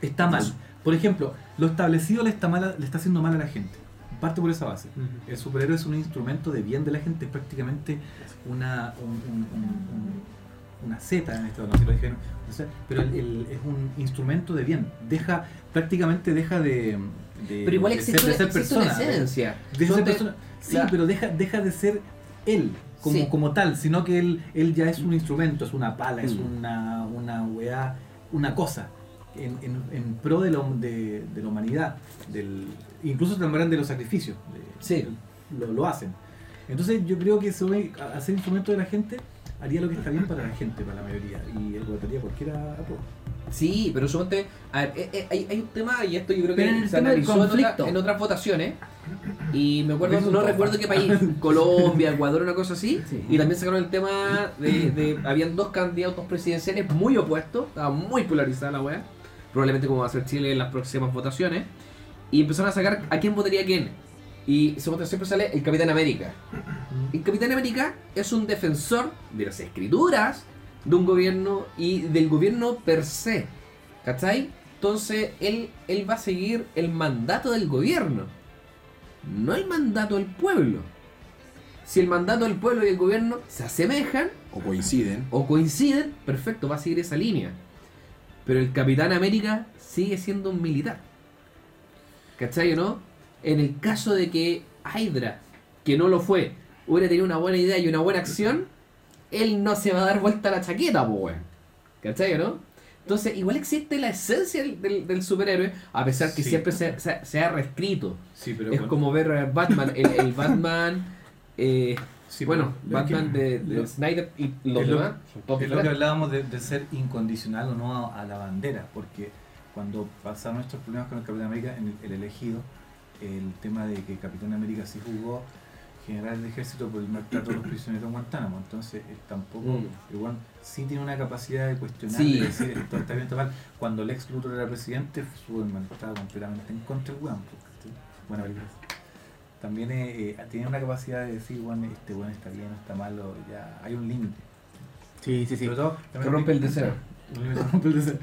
Speaker 6: está mal. Por ejemplo, lo establecido le está, mal a- le está haciendo mal a la gente. Parte por esa base. El superhéroe es un instrumento de bien de la gente, es prácticamente una, un- un- un- un- una Z en esto, no sé si lo dije, no, no sé, pero el- el- es un instrumento de bien. Deja, prácticamente deja de. de-
Speaker 9: Pero igual
Speaker 6: de
Speaker 9: existe,
Speaker 6: ser- de ser
Speaker 9: existe una
Speaker 6: persona, de-
Speaker 9: esencia.
Speaker 6: de
Speaker 9: Son
Speaker 6: esa
Speaker 9: de-
Speaker 6: persona. Sí,
Speaker 9: la-
Speaker 6: pero deja, deja de ser él como,
Speaker 9: Sí.
Speaker 6: como tal, sino que él, él ya es un instrumento, es una pala, es
Speaker 4: Mm.
Speaker 6: una, una weá, una cosa, en, en, en pro de la, hum- de, de la humanidad, del, incluso también de los sacrificios, de-
Speaker 9: Sí.
Speaker 6: lo, lo hacen. Entonces yo creo que se ve- a- hacer instrumento de la gente haría lo que está bien para la gente, para la mayoría, y votaría cualquiera a todo.
Speaker 9: Sí, pero suponte. A ver, eh, eh, hay, hay un tema, y esto yo creo que
Speaker 7: Pero en el
Speaker 9: se
Speaker 7: tema del
Speaker 9: analizó en, otra-
Speaker 7: conflicto.
Speaker 9: en otras votaciones. Y me acuerdo,
Speaker 6: Porque es un
Speaker 9: no
Speaker 6: tofa.
Speaker 9: recuerdo qué país, Colombia, Ecuador, una cosa así.
Speaker 7: Sí.
Speaker 9: Y también sacaron el tema de, de- Habían dos candidatos presidenciales muy opuestos, estaba muy polarizada la weá. Probablemente como va a ser Chile en las próximas votaciones. Y empezaron a sacar a quién votaría quién. Y suponte, siempre sale el Capitán América. El Capitán América es un defensor de las escrituras de un gobierno y del gobierno per se. ¿Cachai? Entonces él, él va a seguir el mandato del gobierno, no el mandato del pueblo. Si el mandato del pueblo y el gobierno se asemejan
Speaker 4: O coinciden.
Speaker 9: o coinciden, perfecto, va a seguir esa línea. Pero el Capitán América sigue siendo un militar. ¿Cachai o no? En el caso de que Hydra, que no lo fue, hubiera tenido una buena idea y una buena acción, él no se va a dar vuelta la chaqueta, po, weón. ¿Cachai o no? Entonces, igual existe la esencia del, del- del superhéroe, a pesar que
Speaker 6: Sí.
Speaker 9: siempre se, se- se ha reescrito.
Speaker 6: Sí, pero
Speaker 9: es como ver a Batman, el, el Batman. eh, bueno, Batman de, de
Speaker 6: lo-
Speaker 9: Snyder y los
Speaker 6: es lo-
Speaker 9: demás son todos
Speaker 6: Es lo que
Speaker 9: diferentes.
Speaker 6: hablábamos de, de ser incondicional o no a, a la bandera, porque cuando pasaron estos problemas con el Capitán América en el, el elegido, el tema de que Capitán América sí jugó general de ejército por el maltrato de los prisioneros en Guantánamo, entonces él tampoco,
Speaker 9: Mm.
Speaker 6: igual sí tiene una capacidad de cuestionar,
Speaker 9: Sí.
Speaker 6: de decir esto está bien, está mal. Cuando Lex Luthor era presidente, Superman estaba completamente en contra del weón. pues, ¿cachai? Buena película. También eh, eh, tiene una capacidad de decir, bueno, este bueno está bien, está malo, ya hay un límite.
Speaker 8: Sí, sí, sí.
Speaker 6: Sobre todo,
Speaker 9: Que rompe el deseo.
Speaker 6: Rompe el deseo.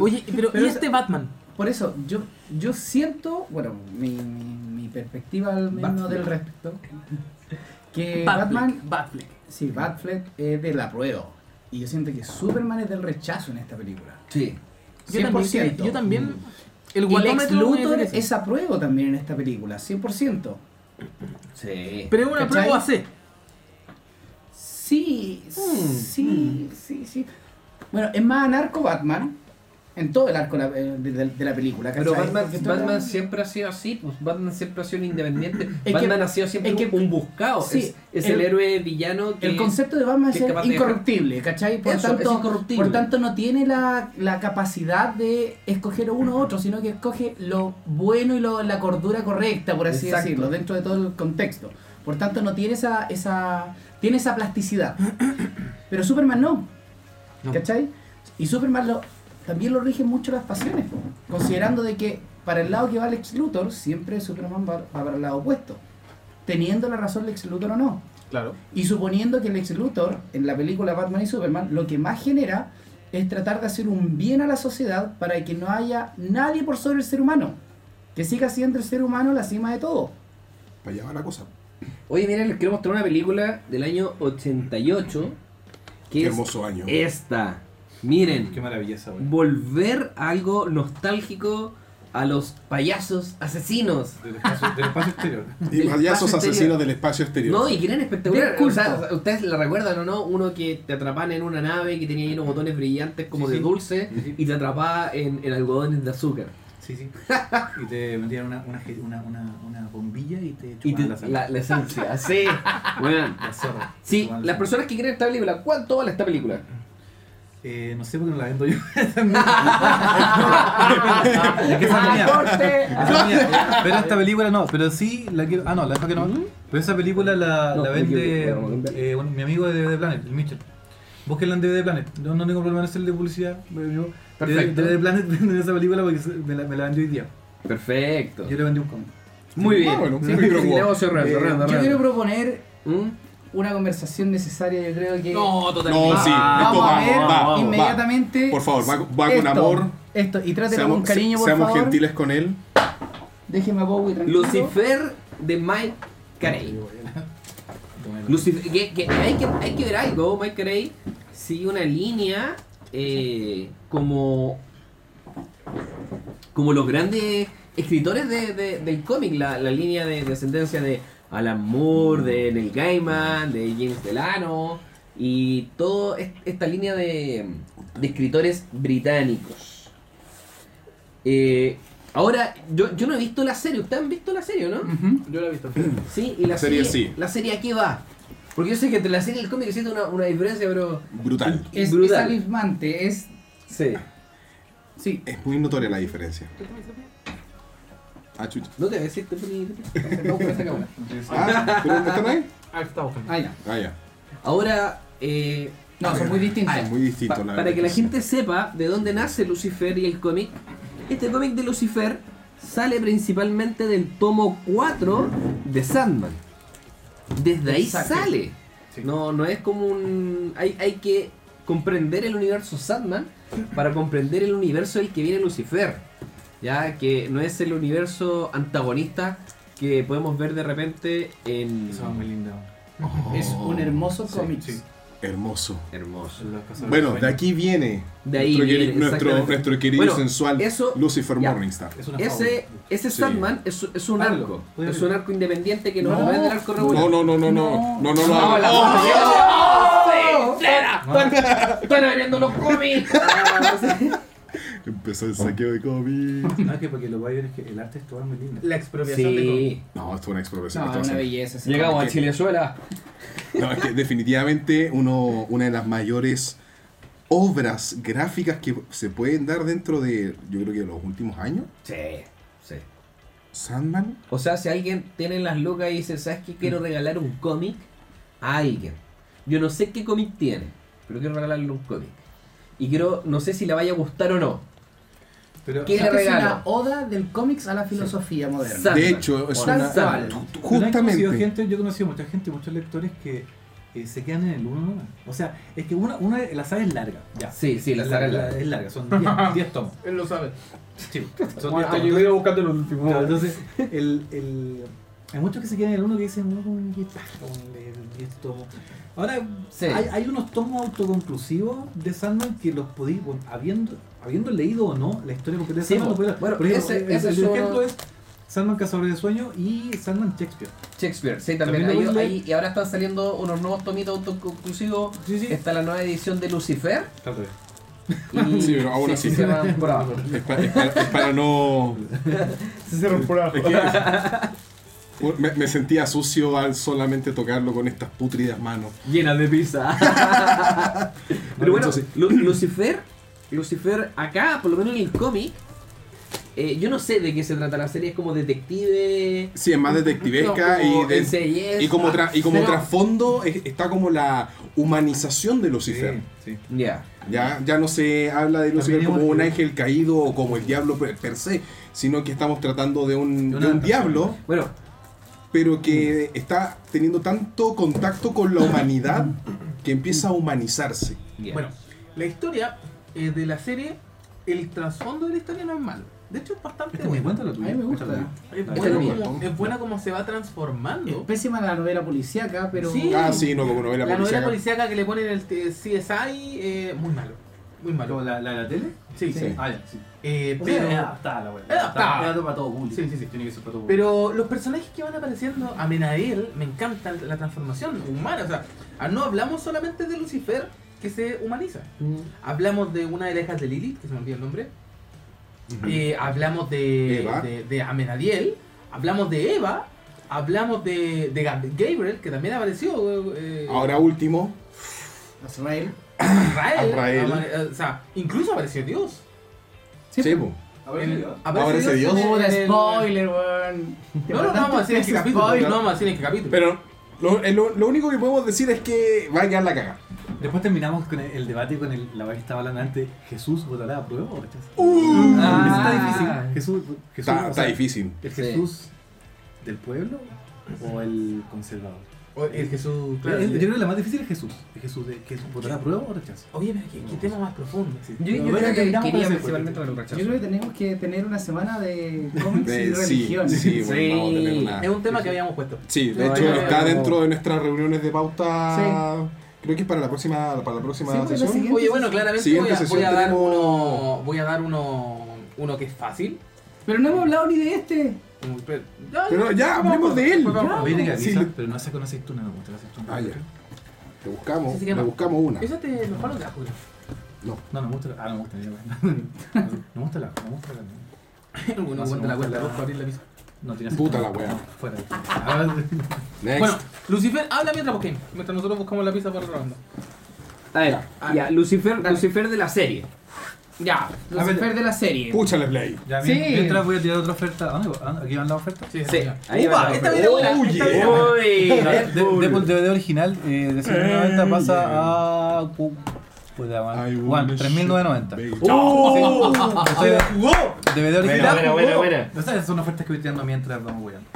Speaker 8: Oye, pero,
Speaker 7: Pero
Speaker 8: ¿y
Speaker 7: esa-
Speaker 8: este Batman?
Speaker 7: Por eso, yo, yo siento, bueno, mi, mi, mi perspectiva al menos
Speaker 9: Batfleck.
Speaker 7: del respecto, que Batman,
Speaker 8: Batman. Batfleck.
Speaker 7: sí, Batfleck es del apruebo. Y yo siento que Superman es del rechazo en esta película.
Speaker 9: Sí.
Speaker 8: Yo también,
Speaker 7: 100%.
Speaker 8: yo
Speaker 9: Mm.
Speaker 8: también el
Speaker 7: Y Lex
Speaker 8: guatómetro me
Speaker 7: Luthor
Speaker 8: parece.
Speaker 7: es apruebo también en esta película, 100%.
Speaker 9: Sí.
Speaker 8: pero es una
Speaker 7: ¿cachai?
Speaker 8: prueba C.
Speaker 7: Sí,
Speaker 9: Mm,
Speaker 7: sí, sí, sí. Bueno, es más anarco Batman en todo el arco la- eh, de, de- de la película.
Speaker 9: Pero
Speaker 7: ¿cachai?
Speaker 9: Batman,
Speaker 7: Porque esto
Speaker 9: Batman
Speaker 7: era-
Speaker 9: siempre ha sido así, pues Batman siempre ha sido un independiente.
Speaker 7: Es que-
Speaker 9: Batman ha sido siempre
Speaker 7: es que-
Speaker 9: un buscado.
Speaker 7: sí,
Speaker 9: es es el,
Speaker 7: el-
Speaker 9: héroe villano que.
Speaker 7: El concepto de Batman es
Speaker 9: que es
Speaker 7: ser
Speaker 9: capaz de
Speaker 7: incorruptible, ¿cachai? Por,
Speaker 9: Eso, es
Speaker 7: tanto,
Speaker 9: incorruptible.
Speaker 7: por tanto, no tiene la, la capacidad de escoger uno u otro, sino que escoge lo bueno y lo- la cordura correcta, por así
Speaker 9: Exacto.
Speaker 7: decirlo, dentro de todo el contexto. Por tanto, no tiene esa, esa, tiene esa plasticidad. Pero Superman no,
Speaker 9: No.
Speaker 7: ¿cachai? Y Superman lo, también lo rigen mucho las pasiones, po, considerando de que para el lado que va Lex Luthor, siempre Superman va, va para el lado opuesto, teniendo la razón Lex Luthor o no.
Speaker 8: Claro.
Speaker 7: Y suponiendo que Lex Luthor, en la película Batman y Superman, lo que más genera es tratar de hacer un bien a la sociedad para que no haya nadie por sobre el ser humano. Que siga siendo el ser humano la cima de todo.
Speaker 4: Para allá va la cosa.
Speaker 9: Oye, miren, les quiero mostrar una película del año 88. Que
Speaker 4: Qué
Speaker 9: es
Speaker 4: hermoso año.
Speaker 9: esta. Miren.
Speaker 6: Qué maravillosa, güey.
Speaker 9: Volver a algo nostálgico a los payasos asesinos.
Speaker 6: Del espacio, del espacio exterior.
Speaker 4: Y
Speaker 9: del
Speaker 4: payasos
Speaker 9: espacio
Speaker 4: asesinos
Speaker 9: exterior.
Speaker 4: del espacio exterior.
Speaker 9: No, y que eran espectaculares.
Speaker 7: Del culto.
Speaker 9: O sea, ustedes la recuerdan o no, uno que te atrapaban en una nave que tenía unos botones brillantes como
Speaker 6: Sí,
Speaker 9: de
Speaker 6: sí.
Speaker 9: dulce
Speaker 6: Sí, sí.
Speaker 9: y te atrapaba en, en algodones de azúcar.
Speaker 6: Sí, sí. Y te vendían una, una, una, una, una bombilla y te
Speaker 9: Y
Speaker 6: chupaban
Speaker 9: te-
Speaker 6: la sangre.
Speaker 9: la, la esencia, así. Weón.
Speaker 6: La zorra.
Speaker 9: Ah, Sí, las
Speaker 6: Chupaban la sangre.
Speaker 9: personas que quieren esta película, ¿cuánto vale esta película?
Speaker 6: Eh, no sé por qué no la vendo yo. Esa es mía. Es que esa es mía. Esa es mía. Pero esta película no, pero sí la quiero. Ah, no, la verdad que no. Pero esa película la,
Speaker 9: No,
Speaker 6: la
Speaker 9: me
Speaker 6: vende
Speaker 9: equivoqué, vamos a
Speaker 6: eh, un- mi amigo de DVD Planet, el Mitchell. Búsquenla en DVD Planet. No, no tengo problema en hacerle publicidad. mi amigo.
Speaker 9: Perfecto.
Speaker 6: DVD Planet vende esa película porque se- me la, me la vendió hoy día.
Speaker 9: Perfecto.
Speaker 6: Yo le vendí un cómic.
Speaker 9: Muy bien.
Speaker 4: Ah, bueno,
Speaker 9: Sí,
Speaker 4: sí, pero como-
Speaker 9: negocio real,
Speaker 6: Eh,
Speaker 9: Fernando,
Speaker 7: Yo
Speaker 9: real.
Speaker 7: quiero proponer
Speaker 9: ¿Mm? Eh,
Speaker 7: una conversación necesaria, yo creo que...
Speaker 9: No, totalmente.
Speaker 4: No, sí, esto
Speaker 7: Ah, Vamos
Speaker 4: va,
Speaker 7: a ver
Speaker 4: va, va.
Speaker 7: inmediatamente...
Speaker 4: Por favor, va- va con
Speaker 7: esto,
Speaker 4: amor.
Speaker 7: Esto, y trátelo
Speaker 4: Seamos,
Speaker 7: con cariño,
Speaker 4: se-
Speaker 7: por
Speaker 4: seamos
Speaker 7: favor.
Speaker 4: gentiles con él.
Speaker 7: Déjeme a Bowie tranquilo.
Speaker 9: Lucifer de Mike Carey. Lucifer, que, que hay, que hay que ver algo. Mike Carey sigue una línea eh, como como los grandes escritores de, de- del cómic, la, la línea de, de ascendencia de Alan Moore, de Neil Gaiman, de James Delano y toda esta línea de, de escritores británicos. Eh, ahora, yo, yo no he visto la serie, ustedes han visto la serie, ¿no?
Speaker 8: Yo la he visto.
Speaker 9: Sí, y la,
Speaker 4: La serie sí.
Speaker 9: ¿La serie aquí va? Porque yo sé que entre la serie y el cómic existe una, una diferencia, pero...
Speaker 4: Brutal.
Speaker 7: Es, es
Speaker 9: Brutal.
Speaker 7: abismante, es.
Speaker 9: Sí.
Speaker 7: Sí.
Speaker 4: Es muy notoria la diferencia. Ah, chucha.
Speaker 9: No te ves, te poní-
Speaker 7: Vamos por esa cámara.
Speaker 4: Ah, ¿pero dónde están ahí?
Speaker 8: Ah, está buscando.
Speaker 7: Ah, ya.
Speaker 4: Ah, ya.
Speaker 9: Ahora, eh,
Speaker 7: No, son muy distintos.
Speaker 9: Ah,
Speaker 4: Muy distinto,
Speaker 9: Pa-
Speaker 4: la verdad.
Speaker 9: para que la gente sepa de dónde nace Lucifer y el cómic, este cómic de Lucifer sale principalmente del tomo 4 de Sandman. Desde ahí
Speaker 7: Exacto.
Speaker 9: sale.
Speaker 6: Sí.
Speaker 9: No, no es como un... Hay, hay que comprender el universo Sandman para comprender el universo del que viene Lucifer. Ya que no es el universo antagonista que podemos ver de repente en...
Speaker 6: Eso es muy lindo.
Speaker 7: Es un hermoso
Speaker 9: Sí,
Speaker 7: cómic.
Speaker 6: sí.
Speaker 4: Oh. Hermoso.
Speaker 9: Hermoso.
Speaker 6: Los cazadores
Speaker 4: Bueno,
Speaker 6: de
Speaker 4: de aquí viene
Speaker 9: De ahí
Speaker 4: nuestro,
Speaker 9: viene,
Speaker 4: queri- nuestro,
Speaker 9: exactamente.
Speaker 4: nuestro querido
Speaker 9: Bueno,
Speaker 4: sensual
Speaker 9: eso-
Speaker 4: Lucifer
Speaker 9: ya.
Speaker 4: Morningstar.
Speaker 6: Es una
Speaker 9: Ese,
Speaker 6: fábula.
Speaker 9: ese
Speaker 4: Sí.
Speaker 9: Sandman es, es un
Speaker 6: Pablo,
Speaker 9: arco.
Speaker 6: puede
Speaker 9: es
Speaker 6: ver.
Speaker 9: un arco independiente que no,
Speaker 7: No,
Speaker 9: no es del arco
Speaker 4: No,
Speaker 9: regular.
Speaker 4: no, no, no, no, no, no, no, no.
Speaker 9: la
Speaker 4: Oh,
Speaker 9: madre.
Speaker 4: Dios.
Speaker 9: Estoy leyendo los cómics.
Speaker 4: Empezó el saqueo de cómics.
Speaker 6: Ah, que porque lo voy a ver es que el arte es todo muy lindo.
Speaker 8: La expropiación de cómics.
Speaker 9: Sí.
Speaker 4: No, esto fue una expropiación.
Speaker 7: No,
Speaker 4: esto va a
Speaker 7: es una
Speaker 4: ser-
Speaker 7: belleza. ese
Speaker 9: Llegamos a
Speaker 7: cómic.
Speaker 9: Chilezuela.
Speaker 4: No, es que definitivamente uno, una de las mayores obras gráficas que se pueden dar dentro de, yo creo que los últimos años,
Speaker 9: Sí, sí.
Speaker 4: Sandman.
Speaker 9: O sea, si alguien tiene las locas y dice, ¿sabes qué?
Speaker 4: Mm.
Speaker 9: Quiero regalar un cómic a alguien. Yo no sé qué cómic tiene, pero quiero regalarle un cómic. Y quiero, no sé si le vaya a gustar o no.
Speaker 6: Pero
Speaker 9: ¿Qué?
Speaker 7: Es que es
Speaker 9: regalo.
Speaker 7: una oda del cómics a la filosofía moderna.
Speaker 9: Sandman.
Speaker 4: De hecho, es
Speaker 9: Tal
Speaker 4: una...
Speaker 9: cual.
Speaker 4: tú- tú-
Speaker 6: Yo he conocido
Speaker 4: Justamente.
Speaker 6: gente, yo he conocido mucha gente, muchos lectores que eh, se quedan en el uno nomás. O sea, es que una, una la saga es larga. Ya.
Speaker 9: Sí, sí, la saga es larga.
Speaker 6: es larga. Son 10 10 tomos.
Speaker 8: Él lo sabe.
Speaker 6: Sí, son 10
Speaker 8: Bueno,
Speaker 6: tomos.
Speaker 8: yo iba buscando el último.
Speaker 6: Claro, entonces, el, el, hay muchos que se quedan en el uno que dicen, no, con el tomo. Ahora,
Speaker 9: Sí.
Speaker 6: hay, hay unos tomos autoconclusivos de Sandman que los podéis, bueno, habiendo, habiendo leído o no la historia completa de
Speaker 9: Sí,
Speaker 6: Sandman,
Speaker 9: po.
Speaker 6: lo podéis-
Speaker 9: Bueno,
Speaker 6: por ejemplo,
Speaker 9: ese-
Speaker 6: el-
Speaker 9: ese
Speaker 6: el
Speaker 9: es uno-
Speaker 6: ejemplo es Sandman Cazador de Sueños y Sandman Shakespeare.
Speaker 9: Shakespeare, sí, también.
Speaker 6: También lo
Speaker 9: ahí,
Speaker 6: voy a
Speaker 9: ahí- y ahora están saliendo unos nuevos tomitos autoconclusivos.
Speaker 6: Sí, sí.
Speaker 9: Está la nueva edición de Lucifer.
Speaker 6: Trata de-
Speaker 9: Y
Speaker 4: Sí, pero ahora sí.
Speaker 9: Se llaman por abajo.
Speaker 4: Es pa- es para, es para no...
Speaker 8: Se cerró por abajo.
Speaker 4: Es que- me, me sentía sucio al solamente tocarlo con estas putridas manos.
Speaker 9: Llena de pizza. pero bueno,
Speaker 4: Entonces-
Speaker 9: Lu- Lucifer, Lucifer acá, por lo menos en el cómic, eh, yo no sé de qué se trata la serie, es como detective.
Speaker 4: Sí, es más detectivesca y, de-
Speaker 9: de,
Speaker 4: y como, tra- y como
Speaker 9: Pero-
Speaker 4: trasfondo es- está como la humanización de Lucifer.
Speaker 6: sí.
Speaker 9: Ya.
Speaker 4: Ya, ya no se habla de Lucifer
Speaker 6: También
Speaker 4: como
Speaker 6: hemos-
Speaker 4: un ángel caído o como el diablo per, per se, sino que estamos tratando de un,
Speaker 6: De
Speaker 4: de
Speaker 6: una
Speaker 4: un
Speaker 6: adaptación. Mm.
Speaker 4: diablo,
Speaker 9: Bueno,
Speaker 4: pero que está teniendo tanto contacto con la humanidad que empieza a humanizarse.
Speaker 9: ya.
Speaker 8: Bueno, la historia eh, de la serie, el trasfondo de la historia no es malo. De hecho, es bastante
Speaker 6: Este me
Speaker 8: bueno.
Speaker 6: cuenta lo tuyo.
Speaker 7: A mí me gusta.
Speaker 6: Cuéntalo tuyo.
Speaker 8: Es,
Speaker 6: Este
Speaker 8: bueno
Speaker 9: es
Speaker 8: como-
Speaker 4: mío.
Speaker 8: es buena como se va
Speaker 7: Es
Speaker 8: transformando.
Speaker 7: pésima la novela policíaca, pero.
Speaker 8: Sí.
Speaker 4: Ah, sí, no, como novela
Speaker 8: La novela
Speaker 4: policíaca.
Speaker 8: policíaca que le ponen el eh, CSI, eh, muy malo. Muy
Speaker 6: ¿Como
Speaker 8: malo.
Speaker 6: la, la, la tele?
Speaker 8: Sí, sí.
Speaker 6: Ah, ya, sí.
Speaker 8: Eh,
Speaker 6: O sea,
Speaker 8: pero,
Speaker 6: es adaptada la wea.
Speaker 8: Es adaptada.
Speaker 6: Es para todo público.
Speaker 8: Sí, sí, sí.
Speaker 6: Tiene que ser para todo público.
Speaker 8: pero los personajes que van apareciendo, a Menael, me encanta la transformación humana. O sea, ah, no hablamos solamente de Lucifer que se humaniza. Hablamos de una de las hijas de Lilith, que se me olvidó el nombre. Eh, hablamos de,
Speaker 4: Eva.
Speaker 8: de, de Amenadiel. Hablamos de Eva. Hablamos de, de Gab- Gabriel, que también apareció. eh,
Speaker 4: Ahora último,
Speaker 7: Azrael.
Speaker 8: Azrael.
Speaker 4: Azrael.
Speaker 8: Ama- O sea, incluso apareció Dios.
Speaker 4: Sebo.
Speaker 8: En-
Speaker 4: Aparece Dios.
Speaker 8: en-
Speaker 7: Puta,
Speaker 8: en el-
Speaker 7: spoiler, weón.
Speaker 8: No, no, no vamos a decir en qué capítulo.
Speaker 7: Spoiler.
Speaker 8: No vamos a decir en qué capítulo.
Speaker 4: Pero lo, eh, lo- lo único que podemos decir es que va a quedar la caga.
Speaker 6: Después terminamos con el, el debate con el, la wea que estaba hablando antes. ¿Jesús votará a prueba o rechaza?
Speaker 9: Ah.
Speaker 6: Uh. Eso está difícil. Jesús, Jesús,
Speaker 4: Está,
Speaker 6: o
Speaker 4: está
Speaker 6: sea,
Speaker 4: difícil.
Speaker 6: ¿El
Speaker 9: Sí.
Speaker 6: Jesús del pueblo o el conservador?
Speaker 8: O- el Jesús,
Speaker 6: Yo-
Speaker 4: eh,
Speaker 8: claro.
Speaker 6: yo creo que la más difícil es Jesús. El Jesús de Jesús votará a prueba o rechazo.
Speaker 8: Oye, pero qué, qué tema más profundo.
Speaker 6: Sí.
Speaker 9: yo, yo
Speaker 6: Bueno,
Speaker 9: creo que
Speaker 6: terminamos con
Speaker 9: quería
Speaker 6: ese,
Speaker 9: principalmente
Speaker 6: porque-
Speaker 9: con el
Speaker 7: Yo
Speaker 9: rechazo.
Speaker 7: creo que tenemos que tener una semana de cómics y
Speaker 4: Eh, sí,
Speaker 7: religión.
Speaker 4: sí, bueno,
Speaker 9: Sí.
Speaker 4: vamos a tener una-
Speaker 8: Es un tema que habíamos puesto.
Speaker 4: Sí, de
Speaker 9: No,
Speaker 4: hecho
Speaker 9: yo-
Speaker 4: está
Speaker 9: yo-
Speaker 4: dentro de nuestras reuniones de pauta. Creo que es para la próxima, para la próxima
Speaker 7: Sí, pues, la
Speaker 4: sesión.
Speaker 7: siguiente.
Speaker 8: Oye, bueno, claramente voy
Speaker 4: Siguiente
Speaker 8: a,
Speaker 4: sesión
Speaker 8: voy a dar
Speaker 4: tenemos-
Speaker 8: uno. Voy a dar uno. Uno que es fácil.
Speaker 7: Pero no hemos hablado ni de este.
Speaker 8: Como- pero- ya,
Speaker 4: Pero ya, hablemos de él.
Speaker 8: Ya.
Speaker 6: Oye, que
Speaker 4: Sí,
Speaker 6: avisa,
Speaker 4: le-
Speaker 6: pero no hace con aceituna, no gusta la aceituna.
Speaker 4: Ah, ya. Te buscamos,
Speaker 8: Así se
Speaker 4: le
Speaker 8: llama.
Speaker 4: buscamos una.
Speaker 8: Esa te lo palo de ajo, creo.
Speaker 6: No, no me gusta la. Ah, no me gusta ya, bueno. No me gusta la. No me gusta la.
Speaker 8: Bueno,
Speaker 6: No,
Speaker 8: aguanta
Speaker 6: no,
Speaker 8: la cuenta,
Speaker 6: no.
Speaker 8: dos para abrir la pizza.
Speaker 6: No tiene
Speaker 4: Puta
Speaker 6: aceituna.
Speaker 4: la wea.
Speaker 6: Fuera. Ah,
Speaker 4: Next.
Speaker 8: Bueno, Lucifer, habla mientras busquen. Mientras nosotros buscamos la pizza para la ronda.
Speaker 9: A ver,
Speaker 8: Ah,
Speaker 9: ya, Lucifer,
Speaker 8: dale.
Speaker 9: Lucifer de la serie.
Speaker 7: Ya, Lucifer de la serie.
Speaker 4: Púchale play.
Speaker 6: Ya,
Speaker 7: Sí.
Speaker 6: mien- mientras voy a tirar otra oferta. ¿A dónde va? ¿A- ¿Aquí van las ofertas?
Speaker 8: Sí,
Speaker 9: Sí,
Speaker 8: señor.
Speaker 9: ahí
Speaker 8: Upa,
Speaker 9: va.
Speaker 8: esta viene buena.
Speaker 4: Oh,
Speaker 8: esta viene
Speaker 4: yeah.
Speaker 8: buena.
Speaker 9: Uy,
Speaker 6: Eh,
Speaker 9: Red Bull.
Speaker 6: Deadpool DVD original eh, de 190 pasa a. cu- Puta,
Speaker 4: I
Speaker 6: man.
Speaker 4: wanna
Speaker 6: Juan,
Speaker 4: shoot
Speaker 6: 3990.
Speaker 4: baby.
Speaker 6: ¡Oh! DVD
Speaker 11: Buena,
Speaker 6: original.
Speaker 11: buena, buena, buena.
Speaker 6: No sé, son ofertas que voy tirando mientras vamos weando.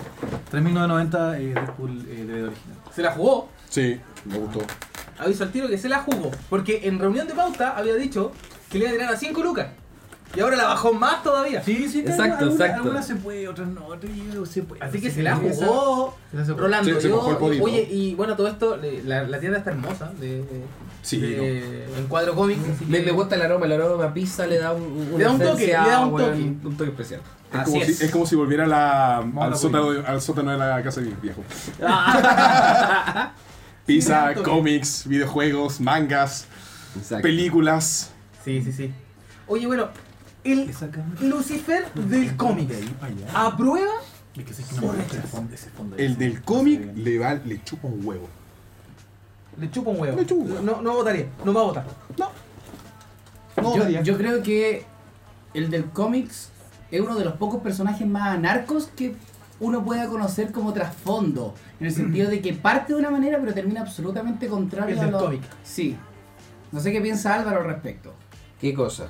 Speaker 6: 3990 eh, Deadpool eh, DVD original.
Speaker 8: Se la jugó.
Speaker 4: Sí, me gustó.
Speaker 8: Aviso al tiro que se la jugó. Porque en reunión de pauta había dicho que le iba a tirar a 5 lucas. Y ahora la bajó más todavía.
Speaker 6: Sí, sí,
Speaker 9: Exacto, exacto.
Speaker 6: Algunas se puede, otras no, otras yo- se puede.
Speaker 8: Así que
Speaker 6: Sí,
Speaker 8: se la
Speaker 6: esa-
Speaker 8: jugó.
Speaker 6: esa se puede.
Speaker 8: Rolando,
Speaker 4: Se- se
Speaker 8: yo-
Speaker 4: mojó el podito.
Speaker 8: oye, y bueno, todo esto, le- la, la tienda está hermosa. De, de-
Speaker 4: Sí,
Speaker 8: Eh, de- En cuadro cómic. así
Speaker 5: Me,
Speaker 8: que-
Speaker 5: me gusta el aroma, el aroma a pizza le da un,
Speaker 8: Le da un toque,
Speaker 5: esencia,
Speaker 8: le da un
Speaker 5: weón,
Speaker 8: toque.
Speaker 5: un toque especial.
Speaker 4: Es
Speaker 8: Así
Speaker 4: como,
Speaker 8: es.
Speaker 4: si, es como si volviera a la-
Speaker 6: Vamos a
Speaker 4: al,
Speaker 6: la
Speaker 4: sótano, de- al sótano de la casa de mis viejos.
Speaker 8: Sí,
Speaker 4: Pizza,
Speaker 8: tanto.
Speaker 4: cómics, videojuegos, mangas,
Speaker 5: Exacto.
Speaker 4: películas.
Speaker 8: Sí, sí, sí. Oye, bueno, el
Speaker 6: Esa cámara.
Speaker 8: Lucifer del cómic.
Speaker 6: De ahí para allá.
Speaker 8: ¿Aprueba?
Speaker 6: Es que sí que no me gusta ese fondo- ese fondo ahí.
Speaker 4: El del cómic le, va, le chupa un huevo.
Speaker 8: Le chupa un huevo.
Speaker 4: Le chupa un huevo.
Speaker 8: No, no votaría, no va a votar.
Speaker 4: No,
Speaker 7: yo,
Speaker 4: Daria.
Speaker 7: yo creo que el del cómics es uno de los pocos personajes más anarcos que uno pueda conocer como trasfondo. En el sentido de que parte de una manera pero termina absolutamente contrario
Speaker 8: El
Speaker 7: a
Speaker 8: del
Speaker 7: lo...
Speaker 8: cómic.
Speaker 7: Sí. No sé qué piensa Álvaro al respecto.
Speaker 5: ¿Qué cosa?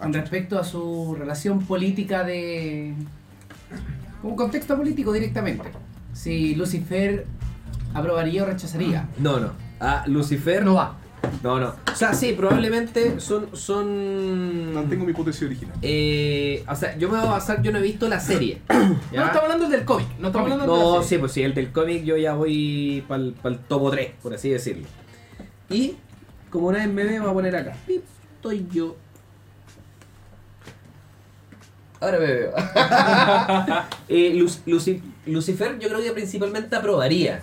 Speaker 7: Con respecto a su relación política de... Un contexto político directamente. Si Lucifer aprobaría o rechazaría.
Speaker 9: No, no. Ah, Lucifer.
Speaker 7: No va.
Speaker 9: No, no. O sea, sí, probablemente son. son...
Speaker 4: Mantengo mi hipótesis original.
Speaker 9: Eh, o sea, yo me voy a basar, yo no he visto la serie.
Speaker 8: No,
Speaker 6: Ah.
Speaker 8: estamos hablando del cómic. No estamos hablando del
Speaker 9: No, sí, pues sí, el del cómic yo ya voy para el topo 3, por así decirlo. Y como una vez me ve, voy a poner acá. Pip, Estoy yo. Ahora me veo. Eh, Lu- Luci- Lucifer yo creo que principalmente aprobaría.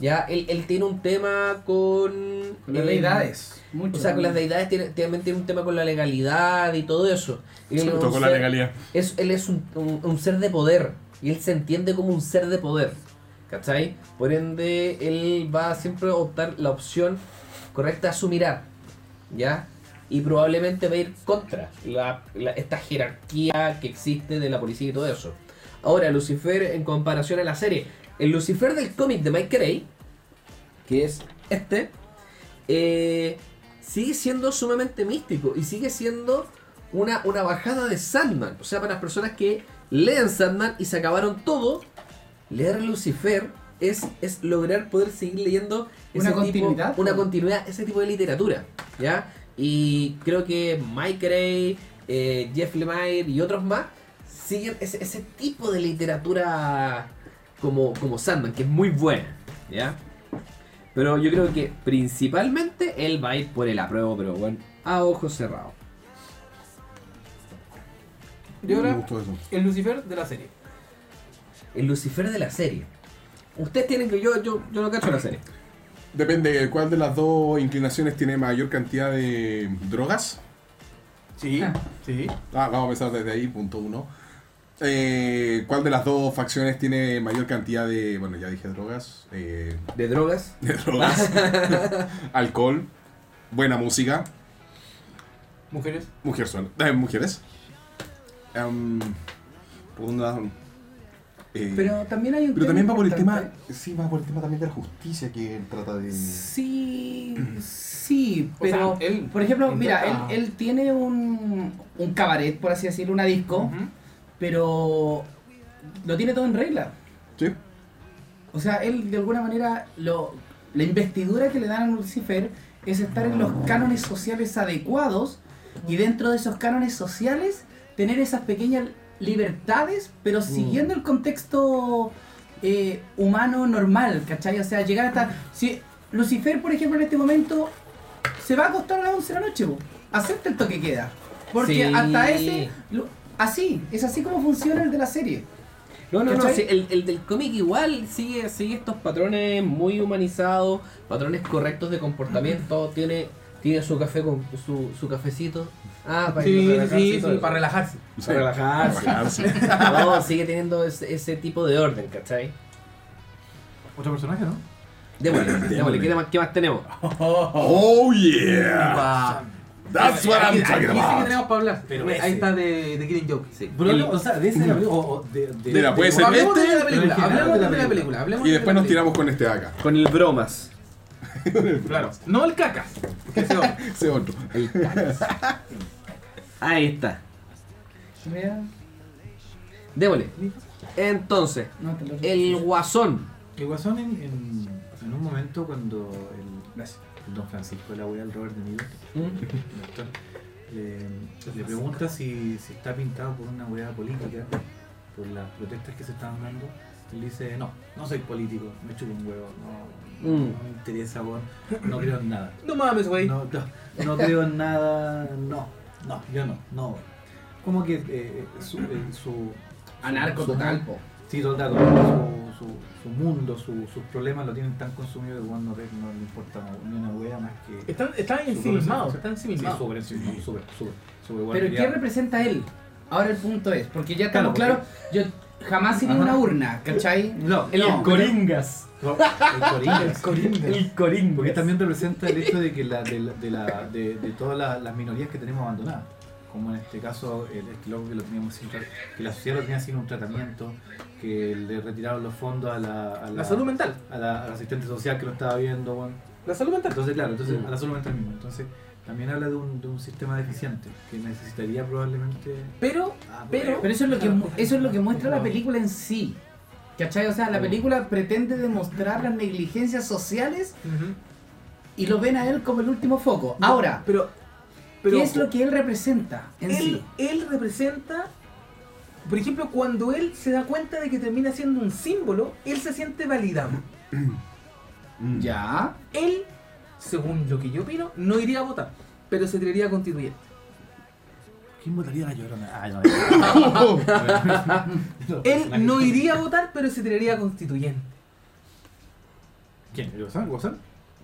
Speaker 9: Ya, él, él tiene un tema con...
Speaker 7: Con las
Speaker 9: eh,
Speaker 7: deidades. Mucho.
Speaker 9: O sea, con las deidades tiene, también tiene un tema con la legalidad y todo eso. Y él es un
Speaker 4: Tocó la
Speaker 9: ser-
Speaker 4: legalidad.
Speaker 9: es, él es un, un- un ser de poder. Y él se entiende como un ser de poder. ¿Cachai? Por ende, él va a siempre a optar la opción correcta a su mirar. ¿Ya? Y probablemente va a ir contra la- la- esta jerarquía que existe de la policía y todo eso. Ahora, Lucifer, en comparación a la serie, el Lucifer del cómic de Mike Carey, que es este, eh, sigue siendo sumamente místico y sigue siendo una, una bajada de Sandman. O sea, para las personas que leen Sandman y se acabaron todo, leer Lucifer es, es lograr poder seguir leyendo
Speaker 7: Una
Speaker 9: tipo-
Speaker 7: continuidad,
Speaker 9: una
Speaker 7: ¿no?
Speaker 9: continuidad, ese tipo de literatura. ¿ya? Y creo que Mike Gray, eh, Jeff Lemire y otros más siguen ese, ese tipo de literatura como, como Sandman, que es muy buena. ¿ya? Pero yo creo que principalmente él va a ir por el apruebo, pero bueno, a ojos cerrados.
Speaker 8: cómic. Y
Speaker 4: Me
Speaker 8: ahora,
Speaker 4: gustó eso.
Speaker 8: el Lucifer de la serie.
Speaker 9: El Lucifer de la serie. Ustedes tienen que. Yo, yo, yo no cacho la serie.
Speaker 4: Depende de cuál de las dos inclinaciones tiene mayor cantidad de drogas.
Speaker 6: Sí, sí.
Speaker 4: Ah, vamos a empezar desde ahí, punto uno. Eh, ¿Cuál de las dos facciones tiene mayor cantidad de. Bueno, ya dije drogas. eh,
Speaker 9: De drogas.
Speaker 4: de drogas. alcohol. Buena música.
Speaker 8: Mujeres.
Speaker 4: Mujer sola- eh, mujeres. Em, por una- eh,
Speaker 7: Pero también hay un
Speaker 4: pero
Speaker 7: tema
Speaker 4: también va por el tema.
Speaker 7: importante.
Speaker 4: Sí, va por el tema también de la justicia que trata de.
Speaker 7: Sí, sí,
Speaker 8: O
Speaker 7: pero
Speaker 8: sea, él-
Speaker 7: por ejemplo,
Speaker 8: él
Speaker 7: mira,
Speaker 8: trata-
Speaker 7: él, él tiene un, un cabaret, por así decirlo, una disco,
Speaker 8: Ujú.
Speaker 7: pero lo tiene todo en regla.
Speaker 4: Sí.
Speaker 7: O sea, él de alguna manera, lo, la investidura que le dan a Lucifer es estar en los cánones sociales adecuados y dentro de esos cánones sociales tener esas pequeñas libertades, pero siguiendo el contexto eh, humano normal, ¿cachai? O sea, llegar hasta... Si Lucifer, por ejemplo, en este momento se va a acostar a las 11 de la noche, po. acepta el toque queda. Porque
Speaker 9: Sí.
Speaker 7: hasta ese... lo- así, es así como funciona el de la serie.
Speaker 9: No, no, no.
Speaker 7: ¿Cachai?
Speaker 9: sí, el, el del cómic igual sigue, sigue estos patrones muy humanizados, patrones correctos de comportamiento. Tiene, tiene su café con su, su cafecito. Ah, para
Speaker 8: Sí,
Speaker 9: relajarse y
Speaker 8: sí,
Speaker 9: todo
Speaker 8: sí,
Speaker 9: eso.
Speaker 8: para relajarse.
Speaker 4: Sí.
Speaker 6: Para relajarse.
Speaker 4: Relajarse.
Speaker 9: No, sigue teniendo ese, ese tipo de orden, ¿cachai?
Speaker 6: Otro personaje, ¿no?
Speaker 9: Démosle, démosle.
Speaker 4: Démosle.
Speaker 9: ¿Qué más, qué más tenemos?
Speaker 4: Oh yeah.
Speaker 8: Pa-
Speaker 4: That's what
Speaker 8: Aquí-
Speaker 4: I'm
Speaker 8: aquí
Speaker 4: talking
Speaker 8: sí que
Speaker 4: about.
Speaker 8: tenemos para hablar.
Speaker 6: Pero
Speaker 8: Ahí
Speaker 6: ese.
Speaker 8: está de, de Killing Joke. Sí.
Speaker 6: Bruno, o sea, de ese de la película. O, o de, de,
Speaker 4: Mira, puede ser
Speaker 8: Hablemos
Speaker 4: este,
Speaker 8: de la
Speaker 6: pero
Speaker 8: película.
Speaker 6: en general
Speaker 8: Hablemos
Speaker 6: de la
Speaker 8: de la película.
Speaker 6: película.
Speaker 8: hablemos
Speaker 4: Y
Speaker 8: de la
Speaker 4: después nos
Speaker 8: película.
Speaker 4: tiramos con este de acá.
Speaker 5: Con el bromas.
Speaker 8: Claro. No el cacas. que ese otro.
Speaker 4: Ese otro.
Speaker 5: Ahí está.
Speaker 7: Mira,
Speaker 9: Démosle. Entonces,
Speaker 7: no, te lo-
Speaker 9: el guasón.
Speaker 6: El Guasón en, en, en un momento cuando el, el Don Francisco, la abuela del Robert De Niro, el actor, le, le pregunta si, si está pintado por una hueá política, por las protestas que se están dando. Él dice, no, no soy político, me chupo un huevo, no,
Speaker 9: Mm.
Speaker 6: no me interesa, weón, no creo en nada.
Speaker 8: No mames, güey.
Speaker 6: No, no, no creo en nada, no, no, yo no, no. Como que eh, su, eh, su-
Speaker 7: Anarco
Speaker 6: su-
Speaker 7: total, po.
Speaker 8: pues,
Speaker 6: Sí, todo el dato. Su, su, su mundo, su- sus problemas lo tienen tan consumido que cuando no, ve- no le importa ni una wea más que.
Speaker 8: Están, están
Speaker 6: su
Speaker 8: ensimismados.
Speaker 6: propia
Speaker 8: Están
Speaker 6: sensación. Sí,
Speaker 8: ensimismados.
Speaker 6: súper ensimismado, súper, súper, súper igual
Speaker 7: Pero
Speaker 6: diría-
Speaker 7: ¿qué representa él? Ahora el punto es, porque ya estamos
Speaker 6: Claro,
Speaker 7: claros, yo jamás iré a una urna, ¿cachai?
Speaker 6: No,
Speaker 7: El
Speaker 6: no,
Speaker 8: Coringas.
Speaker 6: no, el Coringas.
Speaker 8: El Coringas.
Speaker 6: Porque también representa el hecho de que la, de, la- de, la- de- de todas las, las minorías que tenemos abandonadas. Como en este caso, el, este loco que lo teníamos sin tra- que la sociedad lo tenía sin un tratamiento, que le retiraron los fondos a la, a
Speaker 8: La salud mental.
Speaker 6: a la, a la asistente social que lo estaba viendo, weón.
Speaker 8: La salud mental.
Speaker 6: Entonces, claro, entonces, a la salud mental mismo. Entonces, también habla de un, de un sistema deficiente que necesitaría probablemente.
Speaker 7: Pero,
Speaker 6: Ah,
Speaker 7: pero, pero eso es lo que mu- eso es lo que muestra la película en sí. ¿Cachai? O sea, la película pretende demostrar las negligencias sociales y lo ven a él como el último foco. Ahora,
Speaker 8: Pero. pero
Speaker 7: ¿qué es lo que él representa en
Speaker 8: él,
Speaker 7: sí?
Speaker 8: él representa, por ejemplo, cuando él se da cuenta de que termina siendo un símbolo, él se siente validado.
Speaker 7: Ya.
Speaker 8: Él, según lo que yo opino, no iría a votar, pero se tiraría a constituyente.
Speaker 6: ¿Quién votaría a la llorona? Ah, no, no.
Speaker 8: Él no iría a votar, pero se tiraría a constituyente.
Speaker 6: ¿Quién? ¿El Gozán? ¿El Gozán?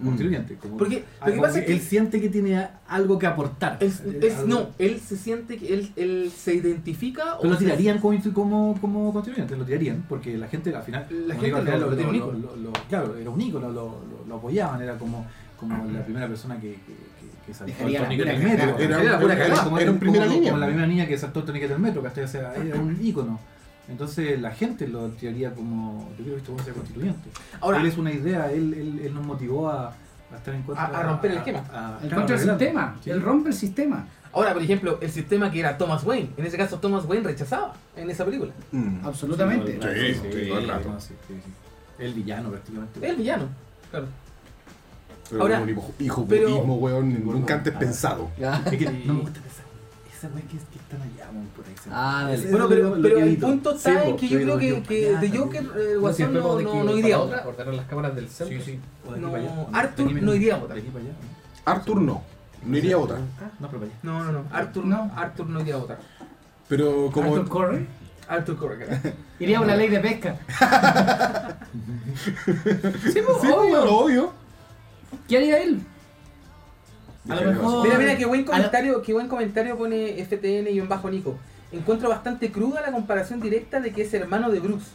Speaker 6: Constituyente. Como,
Speaker 8: Mm. Porque
Speaker 6: ah,
Speaker 8: lo que
Speaker 6: como
Speaker 8: pasa es
Speaker 6: él
Speaker 8: que
Speaker 6: siente que tiene a- algo que aportar.
Speaker 8: es-
Speaker 6: Eh,
Speaker 8: es-
Speaker 6: algo-
Speaker 8: no, él se siente que él, él se identifica
Speaker 6: Pero lo
Speaker 8: se-
Speaker 6: tirarían como, instru- como, como constituyente, lo tirarían, porque la gente al final.
Speaker 8: La
Speaker 6: como
Speaker 8: gente
Speaker 6: digo,
Speaker 8: al final lo- lo-
Speaker 6: lo- lo- lo- Claro, era un ícono, lo, lo, lo apoyaban, era como, como la primera persona que, que, que, que saltó
Speaker 7: Dejaría
Speaker 6: el
Speaker 7: la
Speaker 6: torniquete
Speaker 7: pura
Speaker 6: del metro.
Speaker 4: cagada. Era-
Speaker 6: Como-
Speaker 4: era pura cagada.
Speaker 6: como-
Speaker 4: Era un
Speaker 6: como-
Speaker 4: primera
Speaker 6: como-
Speaker 4: línea.
Speaker 6: Como la primera niña que saltó el torniquete del metro, ¿cachai? O sea, era un ícono. Entonces la gente lo tiraría como. Yo creo que esto va a ser constituyente.
Speaker 8: Ahora,
Speaker 6: él es una idea, él, él, él nos motivó a, a estar en contra.
Speaker 8: A- a romper el esquema.
Speaker 6: a-
Speaker 7: Él
Speaker 6: claro,
Speaker 7: contra el
Speaker 6: arreglar.
Speaker 7: sistema.
Speaker 6: Sí.
Speaker 7: Él rompe el sistema.
Speaker 8: ahora, por ejemplo, el sistema que era Thomas Wayne. En ese caso, Thomas Wayne rechazaba en esa película.
Speaker 4: Mm.
Speaker 7: Ah, Absolutamente.
Speaker 4: Sí, sí, todo el rato.
Speaker 6: no, sí, sí, sí. El villano prácticamente.
Speaker 8: El villano. Claro.
Speaker 4: Pero
Speaker 8: Ahora-
Speaker 4: como un hijo, hijo
Speaker 8: pero-
Speaker 4: budismo, weón, nunca antes
Speaker 6: Ah.
Speaker 4: pensado.
Speaker 6: Es que no me gusta pensar. Esa wea que, que están allá, weón, por ahí. se-
Speaker 9: Ah,
Speaker 6: Ese
Speaker 9: dale.
Speaker 6: es
Speaker 8: Bueno,
Speaker 6: lo-
Speaker 8: pero,
Speaker 6: lo
Speaker 8: pero
Speaker 6: que
Speaker 8: el
Speaker 6: evito.
Speaker 8: punto
Speaker 6: Sí,
Speaker 8: está en
Speaker 6: po,
Speaker 8: que
Speaker 6: sí,
Speaker 8: yo creo
Speaker 6: lo
Speaker 8: que, que
Speaker 6: Ya,
Speaker 8: de Joker eh, Guasón no, no, no iría a votar.
Speaker 9: Cortaron las cámaras del
Speaker 6: Sí, sí. O de aquí
Speaker 8: No,
Speaker 6: para allá.
Speaker 8: Arthur
Speaker 6: De aquí
Speaker 8: no
Speaker 6: para-
Speaker 8: iría a votar.
Speaker 6: De aquí para allá.
Speaker 4: Arthur no. No iría a votar.
Speaker 6: No, pero para allá.
Speaker 8: No, no, no. Arthur no,
Speaker 7: No.
Speaker 8: Arthur no iría a votar.
Speaker 4: Pero como.
Speaker 7: Arthur Curry
Speaker 8: Arthur Correa.
Speaker 7: iría a una ley de pesca. sí, pues,
Speaker 4: Sí,
Speaker 7: obvio.
Speaker 4: lo obvio.
Speaker 7: ¿Qué haría él? A lo mejor-
Speaker 8: Mira, mira, qué buen
Speaker 7: A la-
Speaker 8: comentario, qué buen comentario pone FTN y un bajo Nico. Encuentro bastante cruda la comparación directa de que es hermano de Bruce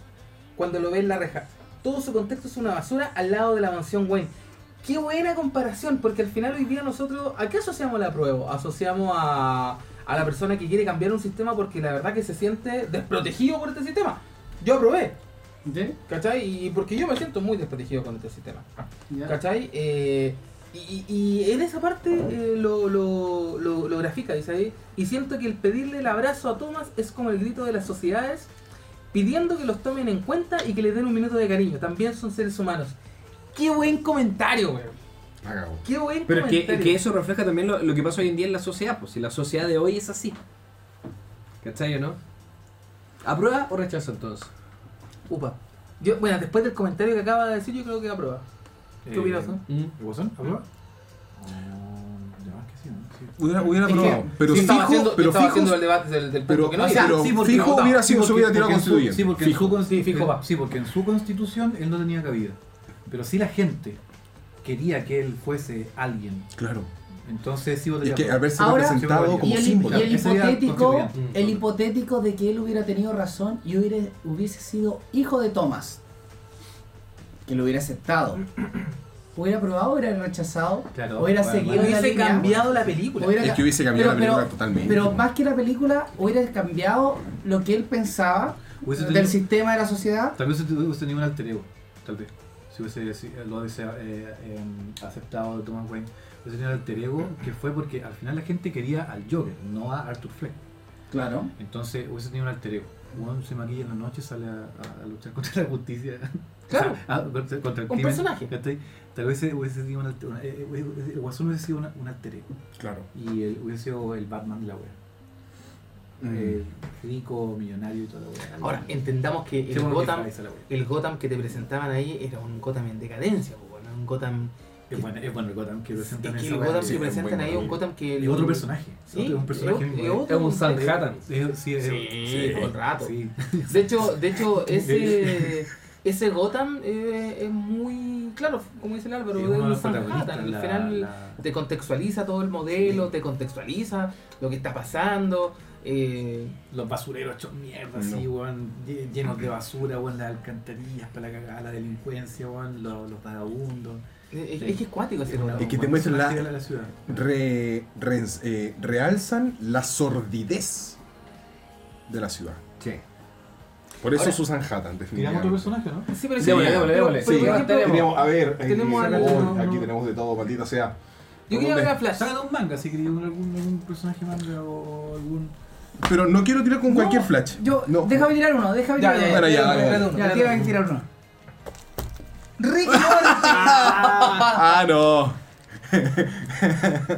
Speaker 8: cuando lo ve en la reja. Todo su contexto es una basura al lado de la mansión Wayne. Qué buena comparación, porque al final hoy día nosotros, ¿a qué asociamos la prueba? Asociamos a, a la persona que quiere cambiar un sistema porque la verdad que se siente desprotegido por este sistema. Yo aprobé,
Speaker 7: ¿Sí?
Speaker 8: ¿cachai? Y porque yo me siento muy desprotegido con este sistema.
Speaker 7: Ya.
Speaker 8: ¿Cachai? Eh, y, y- y en esa parte eh, lo, lo, lo, lo grafica, dice ahí. Y siento que el pedirle el abrazo a Thomas es como el grito de las sociedades pidiendo que los tomen en cuenta y que les den un minuto de cariño. También son seres humanos. ¡Qué buen comentario, weón!
Speaker 4: Cagao.
Speaker 8: ¡Qué buen
Speaker 9: Pero que,
Speaker 8: comentario!
Speaker 9: que eso refleja también lo, lo que pasa hoy en día en la sociedad, pues si la sociedad de hoy es así. ¿Cachai o no? ¿Aprueba o rechazo entonces?
Speaker 8: Upa. Yo, bueno, después del comentario que acaba de decir, yo creo que aprueba. ¿Qué
Speaker 6: Eh,
Speaker 8: opinas, no?
Speaker 9: Mm.
Speaker 6: ¿El guasón? ¿Aprueba? Mm, de más que sí, ¿no?
Speaker 4: Hubiera, hubiera
Speaker 8: Es que
Speaker 4: probado. Pero
Speaker 8: si
Speaker 4: fijo,
Speaker 8: estaba haciendo,
Speaker 4: pero
Speaker 8: estaba
Speaker 4: fijo.
Speaker 8: haciendo el debate del, del punto
Speaker 4: pero-
Speaker 8: que no
Speaker 4: o
Speaker 8: hay.
Speaker 4: sea,
Speaker 8: Pero
Speaker 4: sí,
Speaker 8: porque
Speaker 4: fijo
Speaker 8: no,
Speaker 4: hubiera sido su vida tirada
Speaker 6: porque en su-
Speaker 4: constituyente.
Speaker 6: Sí, porque en
Speaker 4: Fijo.
Speaker 6: su consti-
Speaker 8: Sí, fijo va.
Speaker 6: sí, porque en su constitución él no tenía cabida. Pero sí la gente quería que él fuese alguien.
Speaker 4: Claro.
Speaker 6: Entonces sí
Speaker 4: Y
Speaker 6: votaría.
Speaker 4: es que
Speaker 6: por él.
Speaker 4: haberse
Speaker 7: Ahora,
Speaker 4: representado
Speaker 6: y
Speaker 4: como
Speaker 7: Y el,
Speaker 4: símbolo.
Speaker 7: y el
Speaker 6: Ese día
Speaker 7: hipotético,
Speaker 6: constituyente.
Speaker 7: el hipotético de que él hubiera tenido razón y hubiera- hubiese sido hijo de Thomas, que lo hubiera aceptado, hubiera aprobado, hubiera rechazado,
Speaker 6: Claro,
Speaker 7: hubiera
Speaker 6: bueno,
Speaker 7: seguido
Speaker 6: bueno.
Speaker 7: la
Speaker 8: hubiese
Speaker 7: línea,
Speaker 8: cambiado la película.
Speaker 7: hubiera-
Speaker 4: Es que hubiese cambiado
Speaker 7: pero-
Speaker 4: la película
Speaker 7: pero-
Speaker 4: totalmente.
Speaker 7: Pero más que la película, hubiera cambiado lo que él pensaba
Speaker 6: Hubiese
Speaker 7: del
Speaker 6: tenido-
Speaker 7: sistema de la sociedad.
Speaker 6: Tal vez hubiese tenido un alter ego, tal vez. Si hubiese si lo hubiese eh, em, aceptado de Thomas Wayne, hubiese tenido un alter ego que fue porque al final la gente quería al Joker, no a Arthur Fleck.
Speaker 7: Claro.
Speaker 6: Entonces hubiese tenido un alter ego. Uno se maquilla en la noche, sale a, a- a luchar contra la justicia.
Speaker 8: Claro.
Speaker 6: Ah, contra, contra el
Speaker 8: Un
Speaker 6: crimen,
Speaker 8: personaje.
Speaker 6: ¿cachai? Tal vez hubiese sido un alter una- eh, eh, El Guasón hubiese sido una- un alter ego.
Speaker 4: Claro.
Speaker 6: Y el, hubiese sido el Batman de la wea.
Speaker 4: Mm.
Speaker 6: El rico, millonario y toda la wea.
Speaker 8: Ahora, entendamos que
Speaker 6: Sí,
Speaker 8: el
Speaker 6: bueno, que
Speaker 8: Gotham,
Speaker 6: esa es la wea.
Speaker 8: el Gotham que te presentaban ahí era un Gotham en decadencia, po, bueno, un Gotham.
Speaker 6: Es bueno, es bueno el Gotham que
Speaker 8: Es que
Speaker 6: presentan esa
Speaker 8: el
Speaker 6: wea.
Speaker 8: Gotham
Speaker 4: sí, es
Speaker 8: que
Speaker 4: un
Speaker 8: presentan
Speaker 4: buen
Speaker 8: ahí es un
Speaker 4: Gotham.
Speaker 8: Gotham que.
Speaker 6: Y otro personaje.
Speaker 8: Sí,
Speaker 6: otro, un personaje
Speaker 8: es-
Speaker 6: muy
Speaker 8: es
Speaker 6: bueno.
Speaker 8: otro-
Speaker 9: un Sanhattan.
Speaker 6: Eh, Sí, eh,
Speaker 8: Sí, todo el rato.
Speaker 6: sí.
Speaker 8: De hecho, de hecho ese, ese Gotham eh, es muy. Claro, como dice el Álvaro,
Speaker 6: Sí,
Speaker 8: es
Speaker 6: uno de
Speaker 8: un
Speaker 6: los
Speaker 8: Sanhattan.
Speaker 6: protagonistas,
Speaker 8: Al
Speaker 6: la-
Speaker 8: final
Speaker 6: la-
Speaker 8: te contextualiza todo el modelo, te contextualiza lo que está pasando. Eh,
Speaker 6: Los basureros hechos mierda,
Speaker 4: No.
Speaker 6: así, weón, lle- llenos de basura, weón, las alcantarillas para la cagada, la delincuencia, weón, los, los vagabundos.
Speaker 8: es,
Speaker 6: Sí.
Speaker 8: es que es cuático ese Gotham.
Speaker 4: Es que te
Speaker 6: buen
Speaker 4: muestran la-
Speaker 6: personaje de ciudad.
Speaker 4: Re- re- eh, realzan la sordidez de la ciudad. Por eso
Speaker 8: Ahora-
Speaker 4: Susan Hatton,
Speaker 6: Tiramos otro
Speaker 4: definitivamente.
Speaker 6: personaje, ¿no?
Speaker 8: Sí, pero,
Speaker 4: Sí,
Speaker 8: pero-
Speaker 9: démosle,
Speaker 8: pero-
Speaker 9: démosle.
Speaker 8: pero,
Speaker 4: Sí,
Speaker 8: por ejemplo,
Speaker 4: tenemos, a ver,
Speaker 8: tenemos
Speaker 4: eh,
Speaker 8: algo,
Speaker 4: oh,
Speaker 8: no, no.
Speaker 4: aquí tenemos de todo, maldita sea.
Speaker 8: yo quería ver a Flash.
Speaker 6: Sácate un manga, si quería un- algún, algún personaje manga o algún.
Speaker 4: Pero no quiero tirar con cualquier
Speaker 7: No,
Speaker 4: flash.
Speaker 7: Yo,
Speaker 4: no.
Speaker 7: déjame tirar uno, déjame tirar uno.
Speaker 4: Bueno, ya, dale, dale.
Speaker 7: Ya, tira, tira uno. Rick Morty.
Speaker 4: Ah, no.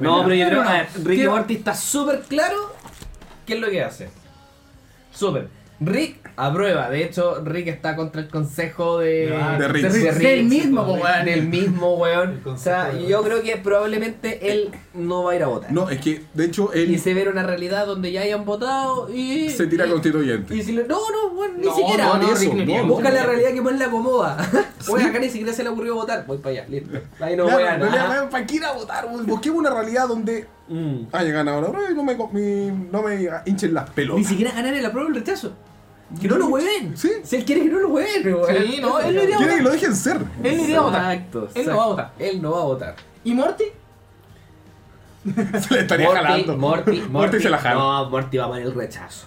Speaker 9: No, pero yo creo
Speaker 7: no, no.
Speaker 9: que Rick
Speaker 7: ¿Qué-
Speaker 9: y Morty está súper claro qué es lo que hace. Súper. Rick aprueba. De hecho, Rick está contra el consejo de,
Speaker 6: Ah,
Speaker 4: de Rick.
Speaker 7: Del mismo, po, weón.
Speaker 9: Del mismo,
Speaker 6: El
Speaker 9: weón. O
Speaker 6: consejo
Speaker 9: sea,
Speaker 6: de Rick.
Speaker 9: yo creo que probablemente él no va a ir a votar.
Speaker 4: No, es que, de hecho,
Speaker 9: Y
Speaker 4: él
Speaker 9: se verá una realidad donde ya hayan votado y.
Speaker 4: se tira
Speaker 9: y-
Speaker 4: constituyente.
Speaker 9: Y si le- No, no, weón, ni
Speaker 8: No,
Speaker 9: siquiera.
Speaker 8: no,
Speaker 4: no,
Speaker 8: no,
Speaker 4: eso,
Speaker 8: Rick no
Speaker 4: no,
Speaker 8: iría.
Speaker 9: Busca
Speaker 8: Busca
Speaker 9: la realidad que más le acomoda. Oye, acá ni siquiera se le ocurrió votar. Voy para allá, listo. Ahí no voy a
Speaker 4: Claro,
Speaker 9: nada.
Speaker 4: no, no, ¿Para qué ir a votar? weón? Busquemos una realidad donde
Speaker 9: Mm.
Speaker 4: haya ganado ahora y no me, co- mi- no me hinchen las
Speaker 9: Ni
Speaker 4: pelotas.
Speaker 9: siquiera ganar el apruebo o el rechazo. Que no lo hueven.
Speaker 4: Sí.
Speaker 9: Si él quiere que no lo hueven. weón.
Speaker 8: Sí, no, él lo iría a
Speaker 4: Quieren que lo dejen ser.
Speaker 8: Él no iría a votar.
Speaker 9: Exacto,
Speaker 8: Él no va a votar.
Speaker 9: Él no va a votar.
Speaker 8: ¿Y Morty?
Speaker 4: Se le estaría jalando.
Speaker 9: Morty, Morty,
Speaker 4: se la jala.
Speaker 9: No, Morty va por el rechazo.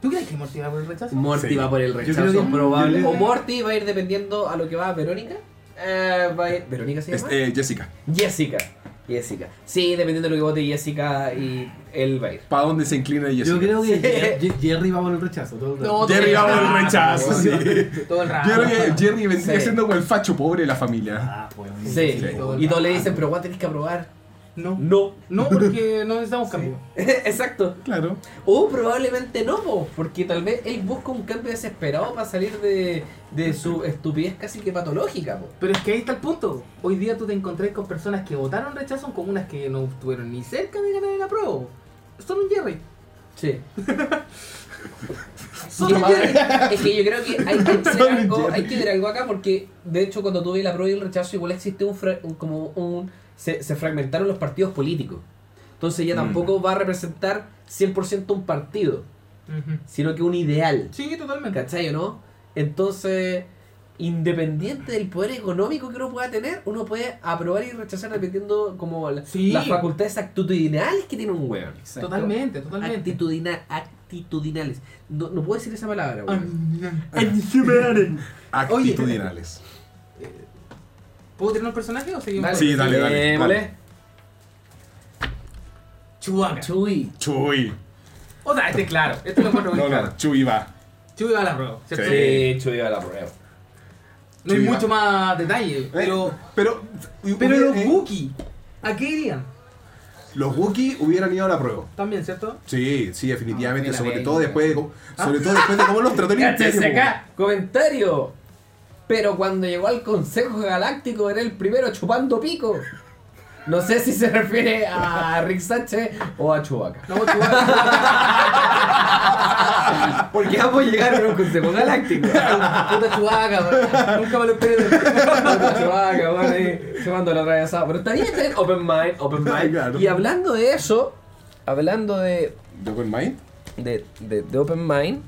Speaker 8: ¿Tú crees que Morty va por el rechazo?
Speaker 9: Morty
Speaker 4: Sí.
Speaker 9: va por el
Speaker 6: creo
Speaker 9: rechazo
Speaker 6: que-
Speaker 9: probable.
Speaker 6: yo
Speaker 9: O
Speaker 6: creo-
Speaker 9: Morty va a ir dependiendo a lo que va Verónica. Eh, va a ir- ¿Verónica se
Speaker 4: Es-
Speaker 9: llama?
Speaker 4: eh, Jessica,
Speaker 9: Jessica. Jessica. Sí, dependiendo de lo que vote Jessica y él va a ir.
Speaker 4: ¿para dónde se inclina
Speaker 6: Yo
Speaker 4: Jessica?
Speaker 6: creo que
Speaker 9: Sí.
Speaker 6: Jer- Jer- Jerry va por el rechazo. Todo el rato.
Speaker 8: No,
Speaker 4: Jerry va por el
Speaker 8: Ah,
Speaker 4: rechazo,
Speaker 8: no,
Speaker 4: sí.
Speaker 8: Todo el rato.
Speaker 4: Yo creo que Jerry vendría
Speaker 9: Ah, Sí.
Speaker 4: siendo como el facho pobre de la familia.
Speaker 6: Ah, pues,
Speaker 9: Sí.
Speaker 4: Sí.
Speaker 9: Y todos le dicen, pero Juan tenés que aprobar.
Speaker 8: No.
Speaker 9: No.
Speaker 8: No, porque no necesitamos cambio.
Speaker 9: Exacto.
Speaker 4: Claro.
Speaker 9: O probablemente no, po, porque tal vez él busca un cambio desesperado para salir de, de su estupidez casi que patológica. po.
Speaker 8: Pero es que ahí está el punto. Hoy día tú te encontrás con personas que votaron rechazo con unas que no estuvieron ni cerca de ganar el apruebo. Son un Jerry.
Speaker 9: Sí.
Speaker 8: Son un Jerry.
Speaker 9: es que yo creo que hay que, ver
Speaker 4: Tom y
Speaker 9: algo,
Speaker 4: Jerry.
Speaker 9: hay que ver algo acá porque de hecho cuando tuve la prueba y el rechazo igual existe un, fra- un- como un se, se fragmentaron los partidos políticos. Entonces ya tampoco va a representar 100% un partido, sino que un ideal.
Speaker 8: Sí, totalmente.
Speaker 9: ¿Cachai o no? Entonces, independiente del poder económico que uno pueda tener, uno puede aprobar y rechazar dependiendo como la-
Speaker 8: Sí.
Speaker 9: las facultades actitudinales que tiene un weón.
Speaker 8: Totalmente, totalmente.
Speaker 9: Actitudina- Ah. actitudinales. No, no puedo decir esa palabra, weón.
Speaker 4: Actitudinales.
Speaker 8: ¿Puedo tener un personaje o seguimos?
Speaker 9: Dale.
Speaker 4: Sí, dale, dale.
Speaker 9: Eh,
Speaker 4: dale.
Speaker 9: ¿vale?
Speaker 8: Chubaca.
Speaker 7: Chuy.
Speaker 4: Chuy.
Speaker 8: O sea, este es claro. Este lo encuentro muy
Speaker 4: No,
Speaker 8: claro.
Speaker 4: no, Chuy va.
Speaker 8: Chuy va a la prueba. ¿cierto?
Speaker 4: Sí.
Speaker 9: hecho, iba a la prueba.
Speaker 8: No hay
Speaker 4: Chuy va.
Speaker 8: mucho más detalle, pero...
Speaker 4: Eh, Pero,
Speaker 8: Pero los
Speaker 4: eh,
Speaker 8: Wookiee, a Killian,
Speaker 4: los Wookiee hubieran ido a la prueba.
Speaker 8: también, ¿cierto?
Speaker 4: Sí, sí, definitivamente.
Speaker 9: Ah,
Speaker 7: No, que la
Speaker 4: sobre
Speaker 7: vean,
Speaker 4: todo
Speaker 7: que
Speaker 4: después de, cómo- sobre todo después de cómo los trató el
Speaker 9: ¡Cáchese
Speaker 4: imperio,
Speaker 9: Ah. acá! Comentario. Pero cuando llegó al Consejo Galáctico era el primero chupando pico. No sé si se refiere a Rick Sánchez o a Chewbacca.
Speaker 8: No, Chewbacca.
Speaker 9: Porque ambos llegaron a un consejo galáctico. Puta Chewbacca, weón. Nunca me lo esperé. de- Puta Chewbacca, weón. ahí, Se mandó la atravesada. Pero está bien, está bien. Open mind, open mind.
Speaker 4: Claro.
Speaker 9: Y hablando de eso, hablando de,
Speaker 4: ¿De Open Mind?
Speaker 9: de, de, de open mind.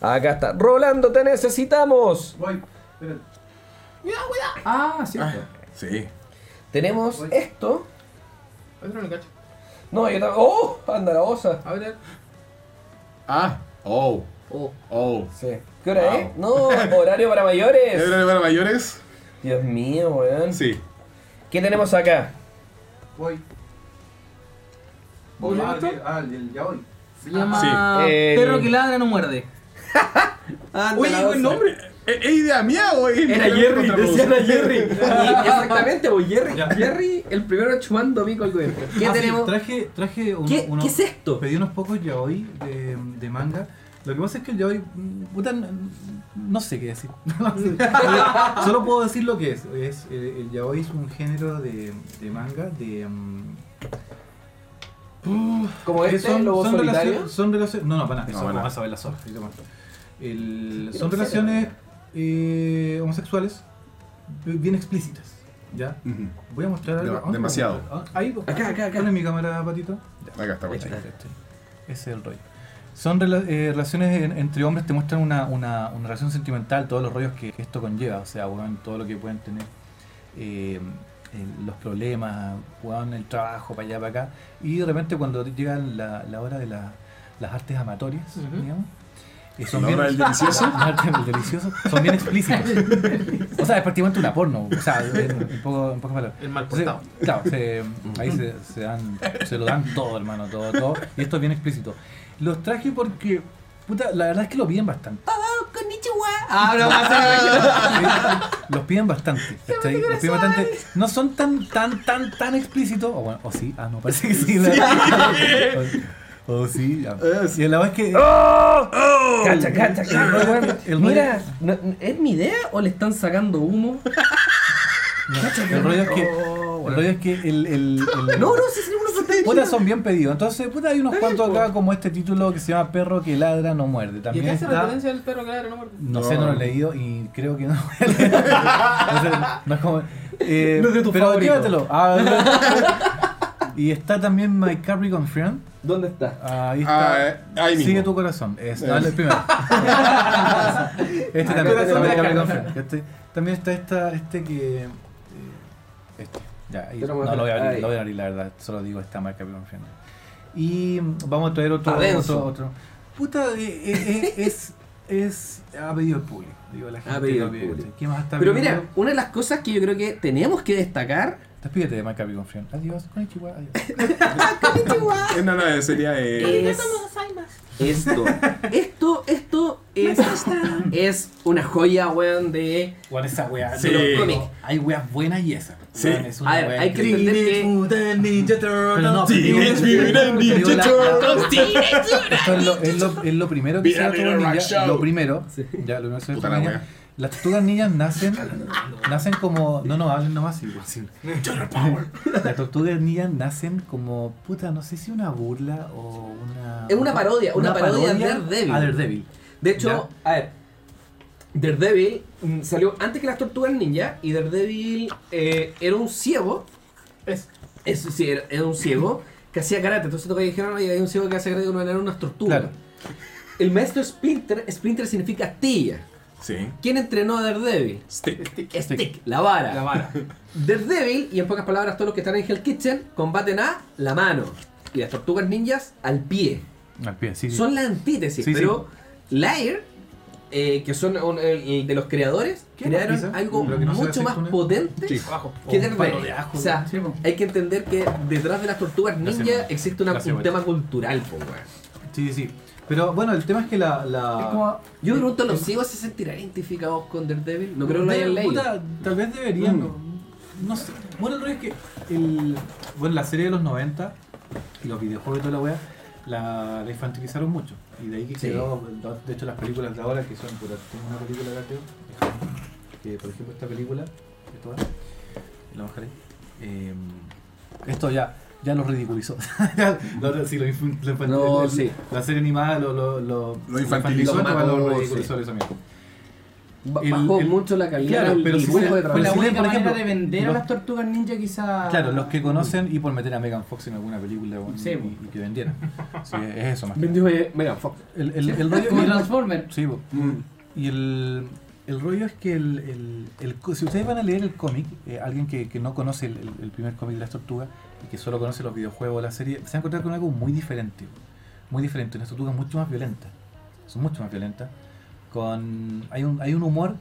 Speaker 9: Acá está. Rolando, te necesitamos.
Speaker 6: Voy, espérate.
Speaker 7: Ah, cierto.
Speaker 4: Sí.
Speaker 9: Tenemos esto.
Speaker 8: Otro no cacho.
Speaker 9: No, yo también. ¡Oh! Anda la osa.
Speaker 8: A ver,
Speaker 4: Ah, oh,
Speaker 9: Oh,
Speaker 4: oh.
Speaker 9: sí. ¿Qué hora es? No, horario para mayores.
Speaker 4: ¿Era para mayores?
Speaker 9: Dios mío, weón.
Speaker 4: Sí.
Speaker 9: ¿Qué tenemos acá?
Speaker 6: voy. Voy,
Speaker 8: ¿Ya
Speaker 6: ah,
Speaker 8: basta?
Speaker 6: el- ah, el- ya voy.
Speaker 8: se llama
Speaker 4: Sí.
Speaker 9: El-
Speaker 8: Ah, Perro que ladra no muerde.
Speaker 4: Oye, buen nombre. ¿e-, ¿Es es idea mía o es.?
Speaker 9: Era Jerry, decían a Jerry.
Speaker 8: Exactamente, pues Jerry.
Speaker 6: Ya.
Speaker 9: Jerry, el primero chumando pico al gobierno. ¿Qué
Speaker 6: Ah, sí,
Speaker 9: tenemos?
Speaker 6: traje, traje un-
Speaker 9: ¿Qué,
Speaker 6: unos-
Speaker 9: ¿Qué es esto?
Speaker 6: Pedí unos pocos yaoi de, de manga. Lo que pasa es que el yaoi. mm, puta, n- no sé qué decir. Solo puedo decir lo que es. es eh, el yaoi es un género de, de manga de. mm,
Speaker 8: Como
Speaker 6: que
Speaker 8: este, lobo solitario.
Speaker 6: relacion- son relaciones. No, no, para
Speaker 4: No,
Speaker 6: nada. eso
Speaker 4: para
Speaker 6: no
Speaker 4: nada.
Speaker 6: vas a ver las horas. ahí te muestro. El- son relaciones eh, homosexuales bien explícitas. ¿Ya? Voy a mostrar algo.
Speaker 4: Dema-
Speaker 6: ¿A dónde
Speaker 4: demasiado.
Speaker 6: voy a mostrar? Ah, Ahí,
Speaker 9: Acá, acá, acá.
Speaker 6: ¿Cuál es mi cámara, patito?
Speaker 4: Acá está,
Speaker 6: Ahí está,
Speaker 4: guachai.
Speaker 6: ahí está. Ese es el rollo. Son rela- eh, relaciones en- entre hombres, te muestran una, una, una relación sentimental, todos los rollos que, que esto conlleva, o sea, weón, todo lo que pueden tener, eh, el- los problemas, weón, el trabajo, para allá, para acá. Y de repente cuando llega la, la hora de la- las artes amatorias, digamos, y son
Speaker 4: ¿La
Speaker 6: bien-
Speaker 4: hora del delicioso?
Speaker 6: las artes del delicioso, son bien explícitos. o sea, es prácticamente una porno, o sea, en, en poco, en pocas palabras.
Speaker 8: El mal
Speaker 6: Sí,
Speaker 8: portado.
Speaker 6: claro, se- ahí se, se dan, se lo dan todo, hermano, todo, todo. Y esto es bien explícito. Los traje porque, puta, la verdad es que lo piden bastante.
Speaker 8: Ah, no,
Speaker 6: Los piden bastante. ¿cachai? Los piden bastante. No son tan, tan, tan, tan explícitos. O bueno, o sí, ah, no, parece que sí. O, o sí, ya.
Speaker 4: Eh,
Speaker 6: Y la verdad es que.
Speaker 9: Cacha, cacha, cacha, weón.
Speaker 6: El
Speaker 9: Oh, Mira, no- no- ¿es mi idea o le están sacando humo?
Speaker 6: El rollo es que. El rollo es que el. el- el-
Speaker 9: No, no, si es uno se está
Speaker 6: Puta, son bien pedidos. Entonces, puta, hay unos cuantos acá como este título que se llama Perro que ladra no muerde.
Speaker 8: ¿Y
Speaker 6: También
Speaker 8: acá hace
Speaker 6: está-
Speaker 8: referencia al perro que ladra no muerde?
Speaker 6: No,
Speaker 4: No.
Speaker 6: sé, no lo he leído y creo que no. no, sé, no es como. eh,
Speaker 9: No es de tus
Speaker 6: pero
Speaker 9: favoritos.
Speaker 6: llévatelo. Ah, y está también My Capricorn Friend.
Speaker 9: ¿Dónde está?
Speaker 6: Ahí está.
Speaker 4: Ah, eh, ahí mismo.
Speaker 6: Sigue tu corazón. Es,
Speaker 4: Eh.
Speaker 6: no, el primero. este también.
Speaker 8: corazón
Speaker 6: está My
Speaker 8: de la
Speaker 6: Capricorn
Speaker 8: cara.
Speaker 6: Friend. Este- también está esta, este que. eh, Este. Ya, ahí-
Speaker 9: Yo
Speaker 6: no
Speaker 9: lo
Speaker 6: lo
Speaker 9: voy
Speaker 6: voy
Speaker 9: a
Speaker 6: a
Speaker 9: ver.
Speaker 6: abrir,
Speaker 9: Ahí.
Speaker 6: lo voy a abrir, la verdad. Solo digo esta My Capricorn Friend. Y mm, vamos a traer otro.
Speaker 9: Está denso.
Speaker 6: otro, otro. Puta, eh, eh, eh, es, es. Ha pedido el público. Digo, la gente
Speaker 9: Ha pedido
Speaker 6: lo
Speaker 9: el
Speaker 6: pide,
Speaker 9: público.
Speaker 6: ¿Qué más está
Speaker 9: Pero
Speaker 6: pidiendo?
Speaker 9: mira, una de las cosas que yo creo que tenemos que destacar.
Speaker 6: Despídete de My Capricorn Friend. Adiós, konnichiwa, adiós.
Speaker 4: Es nada, sería. eh,
Speaker 9: es esto. Esto, esto es, es una joya, weón, de.
Speaker 6: Bueno, esa weá.
Speaker 4: Sí.
Speaker 6: de los cómics. Hay weas buenas y esa.
Speaker 4: Sí.
Speaker 6: Weón, es una
Speaker 9: A ver,
Speaker 6: wea
Speaker 9: hay que entender que.
Speaker 6: Pero no,
Speaker 4: Teenage Mutant
Speaker 6: pero digo,
Speaker 4: Ninja
Speaker 6: la-
Speaker 4: Turtles.
Speaker 6: Esto es lo, es lo, es lo primero que
Speaker 4: Mira,
Speaker 6: se
Speaker 4: mira, Rock
Speaker 6: ninja.
Speaker 4: Show.
Speaker 6: Lo primero. Ya, lo primero que se
Speaker 4: Puta la wea.
Speaker 6: Las tortugas ninjas nacen, nacen como. No, no, hablen nomás igual. Sí. Las tortugas ninjas nacen como. Puta, no sé si una burla o una.
Speaker 9: Es una parodia, una parodia a Daredevil.
Speaker 6: A Daredevil.
Speaker 9: De hecho, a ver, Daredevil mm, salió antes que las Tortugas Ninja y Daredevil eh, era un ciego.
Speaker 8: Es.
Speaker 9: Es, sí, era, era un ciego que hacía karate. Entonces toca dijeron, oye, hay un ciego que hace karate con eran unas tortugas.
Speaker 6: Claro.
Speaker 9: El maestro Splinter, Splinter significa astilla.
Speaker 4: Sí.
Speaker 9: ¿Quién entrenó a Daredevil?
Speaker 4: Stick.
Speaker 9: Stick, la vara.
Speaker 8: La vara.
Speaker 9: Daredevil, y en pocas palabras todos los que están en Hell Kitchen, combaten a la mano. Y las tortugas ninjas al pie.
Speaker 6: Al pie, sí. sí.
Speaker 9: Son la antítesis,
Speaker 6: Sí, sí.
Speaker 9: pero Lair, eh, que son un- el- el de los creadores,
Speaker 6: ¿Qué
Speaker 9: crearon
Speaker 6: pizza?
Speaker 9: algo
Speaker 6: Lo que no sea
Speaker 9: mucho más
Speaker 6: aceituna.
Speaker 9: potente
Speaker 4: Sí.
Speaker 8: Abajo.
Speaker 9: que
Speaker 6: O un palo
Speaker 9: Daredevil.
Speaker 6: de ajo,
Speaker 9: O sea,
Speaker 7: Sí, po.
Speaker 9: hay que entender que detrás de las tortugas ninja
Speaker 6: cebolla.
Speaker 9: existe una-
Speaker 6: La
Speaker 9: un
Speaker 6: cebolla.
Speaker 9: tema cultural, po, weón.
Speaker 6: Sí, sí, sí. Pero bueno, el tema es que la. la...
Speaker 7: Es como.
Speaker 9: Yo me pregunto, ¿los ciegos se sentirán identificados con Daredevil? No creo que lo
Speaker 6: De-
Speaker 9: hayan leído.
Speaker 6: puta, tal vez deberían. No sé. Bueno, el rollo es que. el- bueno, la serie de los 90 y los videojuegos y toda la wea la, la infantilizaron mucho. Y de ahí que
Speaker 9: Sí.
Speaker 6: quedó. De hecho, las películas de ahora que son. puta, Tengo una película de que, por ejemplo, esta película. esto va, la bajaré. eh, esto ya, ya lo ridiculizó. lo, lo- sí, lo, infan- lo infan-
Speaker 9: No,
Speaker 6: el-
Speaker 9: sí.
Speaker 6: La serie animada lo, lo, lo,
Speaker 4: Lo infantilizó,
Speaker 6: lo, infantilizó,
Speaker 9: lo
Speaker 6: lo
Speaker 9: mató,
Speaker 6: ridiculizó
Speaker 9: sí.
Speaker 6: esa mierda.
Speaker 9: Ba-
Speaker 6: El-
Speaker 9: Bajó
Speaker 6: el-
Speaker 9: mucho la calidad
Speaker 6: Claro,
Speaker 9: del
Speaker 6: pero si
Speaker 9: dibujo
Speaker 6: se-
Speaker 9: de
Speaker 6: pero
Speaker 7: Fue
Speaker 9: Transformers.
Speaker 7: la
Speaker 6: si leen,
Speaker 7: única
Speaker 6: por
Speaker 7: manera
Speaker 6: ejemplo,
Speaker 7: de vender
Speaker 6: los-
Speaker 7: a las tortugas ninja quizá...
Speaker 6: Claro, los que conocen y por meter a Megan Fox en alguna película bueno,
Speaker 7: Sí,
Speaker 6: y,
Speaker 7: bueno.
Speaker 6: y que vendieran. Sí, es eso más. que nada.
Speaker 9: Vendió eh, Megan Fox.
Speaker 6: El, el, el rollo
Speaker 7: Como Transformer.
Speaker 6: Sí, po. y el, el rollo es que el, el- el co- si ustedes van a leer el cómic, eh, alguien que, que no conoce el, el- el primer cómic de las tortugas y que solo conoce los videojuegos o la serie, se va a encontrar con algo muy diferente. Muy diferente. Unas tortugas mucho más violentas. Son mucho más violentas. Con, hay, un, hay un humor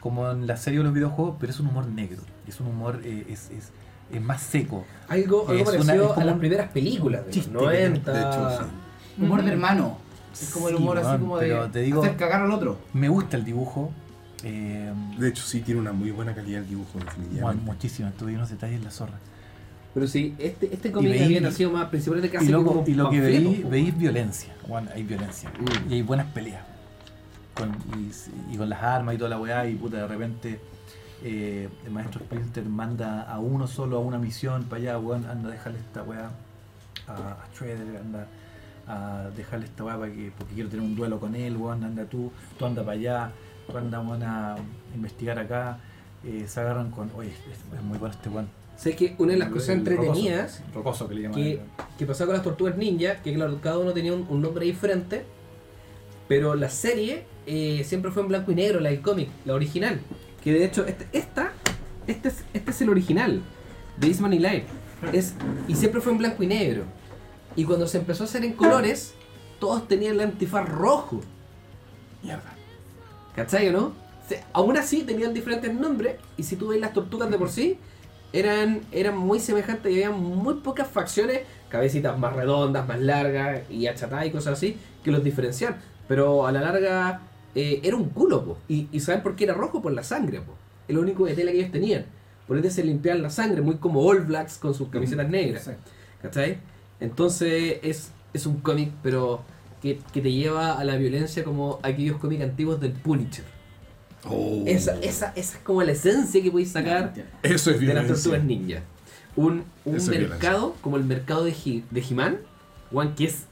Speaker 6: como en la serie o los videojuegos, pero es un humor negro. Es un humor eh, es, es, es más seco.
Speaker 9: Algo, algo
Speaker 6: Es una- es
Speaker 9: parecido
Speaker 6: como
Speaker 9: a las
Speaker 6: un
Speaker 9: primeras películas de los
Speaker 6: chiste,
Speaker 9: 90.
Speaker 4: de hecho, sí.
Speaker 7: Humor de hermano. Es como el
Speaker 6: Sí,
Speaker 7: humor así
Speaker 6: weón,
Speaker 7: como
Speaker 6: pero
Speaker 7: de
Speaker 6: te digo-
Speaker 7: hacer cagar al otro.
Speaker 6: Me gusta el dibujo. eh,
Speaker 4: De hecho, sí, tiene una muy buena calidad el dibujo,
Speaker 6: bueno,
Speaker 4: definitivamente.
Speaker 6: muchísimo. Tuve unos detalles en la zorra.
Speaker 5: Pero sí, este, este cómic
Speaker 6: veí-
Speaker 5: había nacido más principalmente casi
Speaker 6: y lo,
Speaker 5: como
Speaker 6: y lo que
Speaker 5: panfleto,
Speaker 6: veí,
Speaker 5: po.
Speaker 6: veí violencia, bueno, hay violencia.
Speaker 5: Mm.
Speaker 6: Y hay buenas peleas. Con, y, y con las armas y toda la weá, y puta, de repente eh, el maestro Splinter manda a uno solo a una misión para allá, weón, anda a dejarle esta weá a, a Shredder, anda a dejarle esta weá para que, porque quiero tener un duelo con él, weón, anda tú, tú anda para allá, tú anda weón, a investigar acá. eh, se agarran con, oye, es, es muy bueno este weón.
Speaker 9: Sabes que una de las
Speaker 6: El-
Speaker 9: cosas
Speaker 6: el rocoso,
Speaker 9: entretenidas
Speaker 6: Rocoso que le llaman.
Speaker 9: que, que pasaba con las tortugas ninja, que claro, cada uno tenía un, un nombre diferente, pero la serie eh, siempre fue en blanco y negro, la del cómic, la original.
Speaker 5: Que de hecho, este, esta, este es, este es el original de Eastman y Light.
Speaker 9: Es, y siempre fue en blanco y negro. Y cuando se empezó a hacer en colores, todos tenían el antifaz rojo.
Speaker 4: Mierda.
Speaker 9: ¿Cachai o no? Se- aún así tenían diferentes nombres y si tú ves las tortugas de por sí, eran, eran muy semejantes y había muy pocas facciones, cabecitas más redondas, más largas y achatadas y cosas así, que los diferencian. Pero a la larga eh, era un culo, po. Y, y ¿saben por qué era rojo? Por la sangre, po. El único de tela que ellos tenían. Por ende se limpiaban la sangre, muy como All Blacks con sus camisetas negras.
Speaker 7: Exacto.
Speaker 9: ¿Cachai? Entonces es, es un cómic, pero que, que te lleva a la violencia como aquellos cómics antiguos del Punisher.
Speaker 4: Oh.
Speaker 9: Esa, esa, esa es como la esencia que podéis sacar
Speaker 4: Eso es
Speaker 9: de las tortugas
Speaker 4: violencia.
Speaker 9: ninja. Un, un
Speaker 4: Eso es
Speaker 9: mercado como el mercado de, He- de He-Man, one que es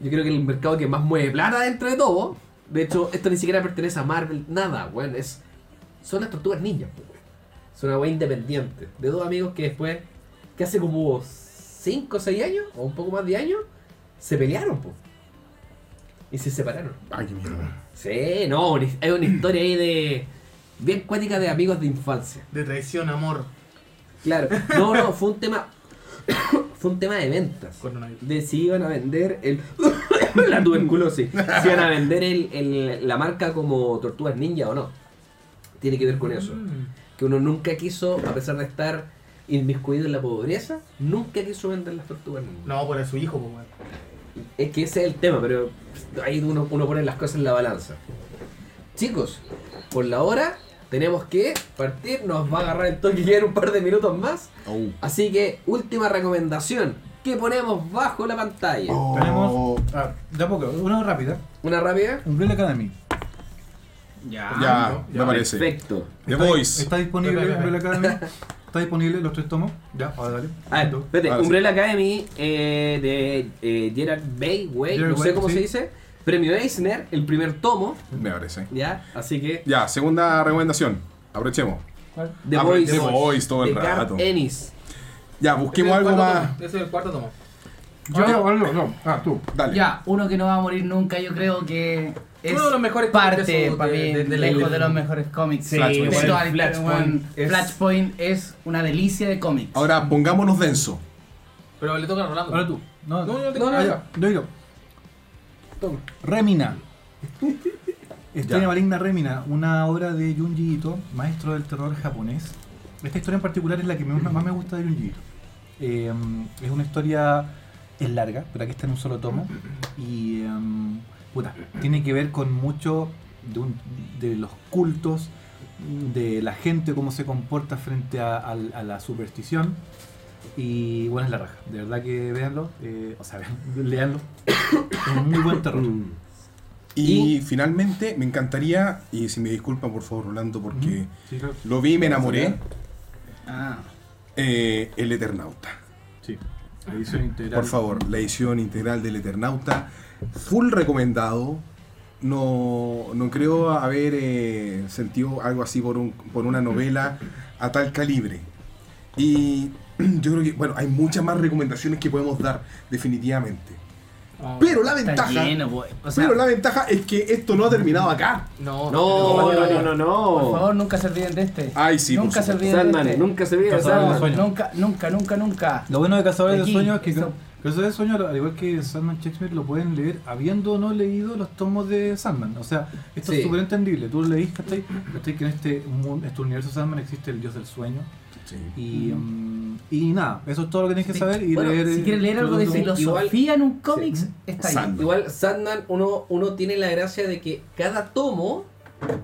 Speaker 9: yo creo que el mercado que más mueve plata dentro de todo. De hecho, esto ni siquiera pertenece a Marvel, nada, weón. Es, son las tortugas ninja, po, weón. Es una weá independiente. De dos amigos que después, que hace como 5 o 6 años, o un poco más de años, se pelearon, po. Y se separaron.
Speaker 4: Ay, qué mierda.
Speaker 9: Sí, no, una- hay una historia ahí de. bien cuática de amigos de infancia.
Speaker 8: De traición, amor.
Speaker 9: Claro, no, no, fue un tema. fue un tema de ventas.
Speaker 8: Coronavirus.
Speaker 9: De si iban a vender el. la tuberculosis. Si iban a vender el, el- la marca como Tortugas Ninja o no. Tiene que ver con eso.
Speaker 8: Mm.
Speaker 9: Que uno nunca quiso, a pesar de estar inmiscuido en la pobreza, nunca quiso vender las Tortugas Ninja.
Speaker 8: No, por su hijo, pues, weón.
Speaker 9: Es que ese es el tema, pero ahí uno, uno pone las cosas en la balanza. Chicos, por la hora tenemos que partir, nos va a agarrar el toque ya en un par de minutos más.
Speaker 4: Oh.
Speaker 9: Así que, última recomendación que ponemos bajo la pantalla.
Speaker 4: Oh.
Speaker 6: Tenemos. Ah, de a poco, una rápida.
Speaker 9: Una rápida.
Speaker 6: Umbrella Academy.
Speaker 4: Ya,
Speaker 6: Ah,
Speaker 4: me parece.
Speaker 9: Perfecto.
Speaker 4: The Voice.
Speaker 6: Está disponible
Speaker 8: Espera, espera,
Speaker 6: Umbrella Academy. Está disponible los tres tomos. Ya, ahora dale.
Speaker 9: A ver, espérate,
Speaker 4: Ahora sí.
Speaker 9: Umbrella Academy eh, de eh, Gerard Bay, güey,
Speaker 6: Gerard
Speaker 9: no sé
Speaker 6: Way,
Speaker 9: cómo
Speaker 6: sí.
Speaker 9: se dice. Premio Eisner, el primer tomo,
Speaker 4: Me parece.
Speaker 9: ¿ya? Así que,
Speaker 4: Ya, segunda recomendación. Aprovechemos.
Speaker 9: The
Speaker 4: Ah,
Speaker 9: Voice,
Speaker 4: The Voice todo el
Speaker 9: de Garth
Speaker 4: rato.
Speaker 9: Ennis.
Speaker 4: Ya, busquemos algo más.
Speaker 8: Ese es el cuarto tomo.
Speaker 6: Yo, no, no, no. Ah, tú.
Speaker 4: Dale.
Speaker 7: Ya, uno que no va a morir nunca, yo creo que es
Speaker 8: Uno de los mejores cómics de
Speaker 7: parte,
Speaker 8: su-
Speaker 7: para
Speaker 8: de-
Speaker 7: mí,
Speaker 8: de- de la-
Speaker 7: lejos
Speaker 8: de-
Speaker 7: de los mejores cómics.
Speaker 4: Sí, Flashpoint.
Speaker 7: de
Speaker 4: bueno,
Speaker 7: toda la historia,
Speaker 5: Flashpoint
Speaker 7: weón.
Speaker 5: es-
Speaker 7: Flashpoint es una delicia de cómics.
Speaker 4: Ahora pongámonos denso.
Speaker 8: Pero le toca a Rolando.
Speaker 6: Ahora tú. No,
Speaker 8: No, yo te-
Speaker 6: no,
Speaker 8: ah,
Speaker 6: no.
Speaker 8: ya.
Speaker 6: Doy yo.
Speaker 8: Toma.
Speaker 6: Remina. Estrella
Speaker 4: Ya.
Speaker 6: Maligna Remina, una obra de Junji Ito, maestro del terror japonés. Esta historia en particular es la que me- más me gusta de Junji Ito. Eh, es una historia, es larga, pero aquí está en un solo tomo. Y, em, puta, tiene que ver con mucho de, un- de los cultos, de la gente, cómo se comporta frente a, al- a la superstición. Y bueno, es la raja. De verdad que véanlo, eh, o sea, leanlo. Es un muy buen terror.
Speaker 4: Y, finalmente, me encantaría, y si me disculpa por favor Rolando, porque
Speaker 6: Sí, claro.
Speaker 4: lo vi y me enamoré,
Speaker 7: Ah,
Speaker 4: eh, El Eternauta.
Speaker 6: Sí. La edición integral.
Speaker 4: Ah. Por favor, la edición integral del Eternauta. Full recomendado. No, no creo haber eh, sentido algo así por, un- por una novela a tal calibre. Y yo creo que, bueno, hay muchas más recomendaciones que podemos dar, definitivamente. Pero la
Speaker 7: Ah, Está
Speaker 4: ventaja.
Speaker 7: lleno, po. o sea,
Speaker 4: Pero la ventaja es que esto no ha terminado acá.
Speaker 7: no,
Speaker 9: No,
Speaker 7: no,
Speaker 11: no, no,
Speaker 7: Por
Speaker 11: no.
Speaker 7: favor, nunca se olviden de este.
Speaker 4: Ay, Ah, sí, por
Speaker 7: Nunca
Speaker 4: supuesto.
Speaker 7: se olviden de
Speaker 11: Sandman,
Speaker 7: este.
Speaker 11: nunca se viene
Speaker 6: Cazadores de
Speaker 11: Sandman.
Speaker 6: sueños.
Speaker 7: Nunca, nunca, nunca, nunca.
Speaker 6: Lo bueno de Cazadores
Speaker 7: Aquí,
Speaker 6: de Sueños es que
Speaker 7: eso.
Speaker 6: Cazadores de Sueños, al igual que Sandman Shakespeare, lo pueden leer habiendo o no leído los tomos de Sandman. O sea, esto
Speaker 9: Sí.
Speaker 6: es súper entendible. Tú lo leís, ¿cachai? ¿Cachai? Que en este, mu- este universo Sandman existe el dios del sueño.
Speaker 4: Sí.
Speaker 6: Y, mm, y nada, eso es todo lo que tienes que saber. Y
Speaker 9: Bueno,
Speaker 6: leer,
Speaker 7: Si
Speaker 6: eh,
Speaker 7: quieren leer algo de
Speaker 6: todo- todo-
Speaker 7: filosofía en un cómics, está ahí.
Speaker 4: Sandman.
Speaker 9: Igual Sandman uno, uno tiene la gracia de que cada tomo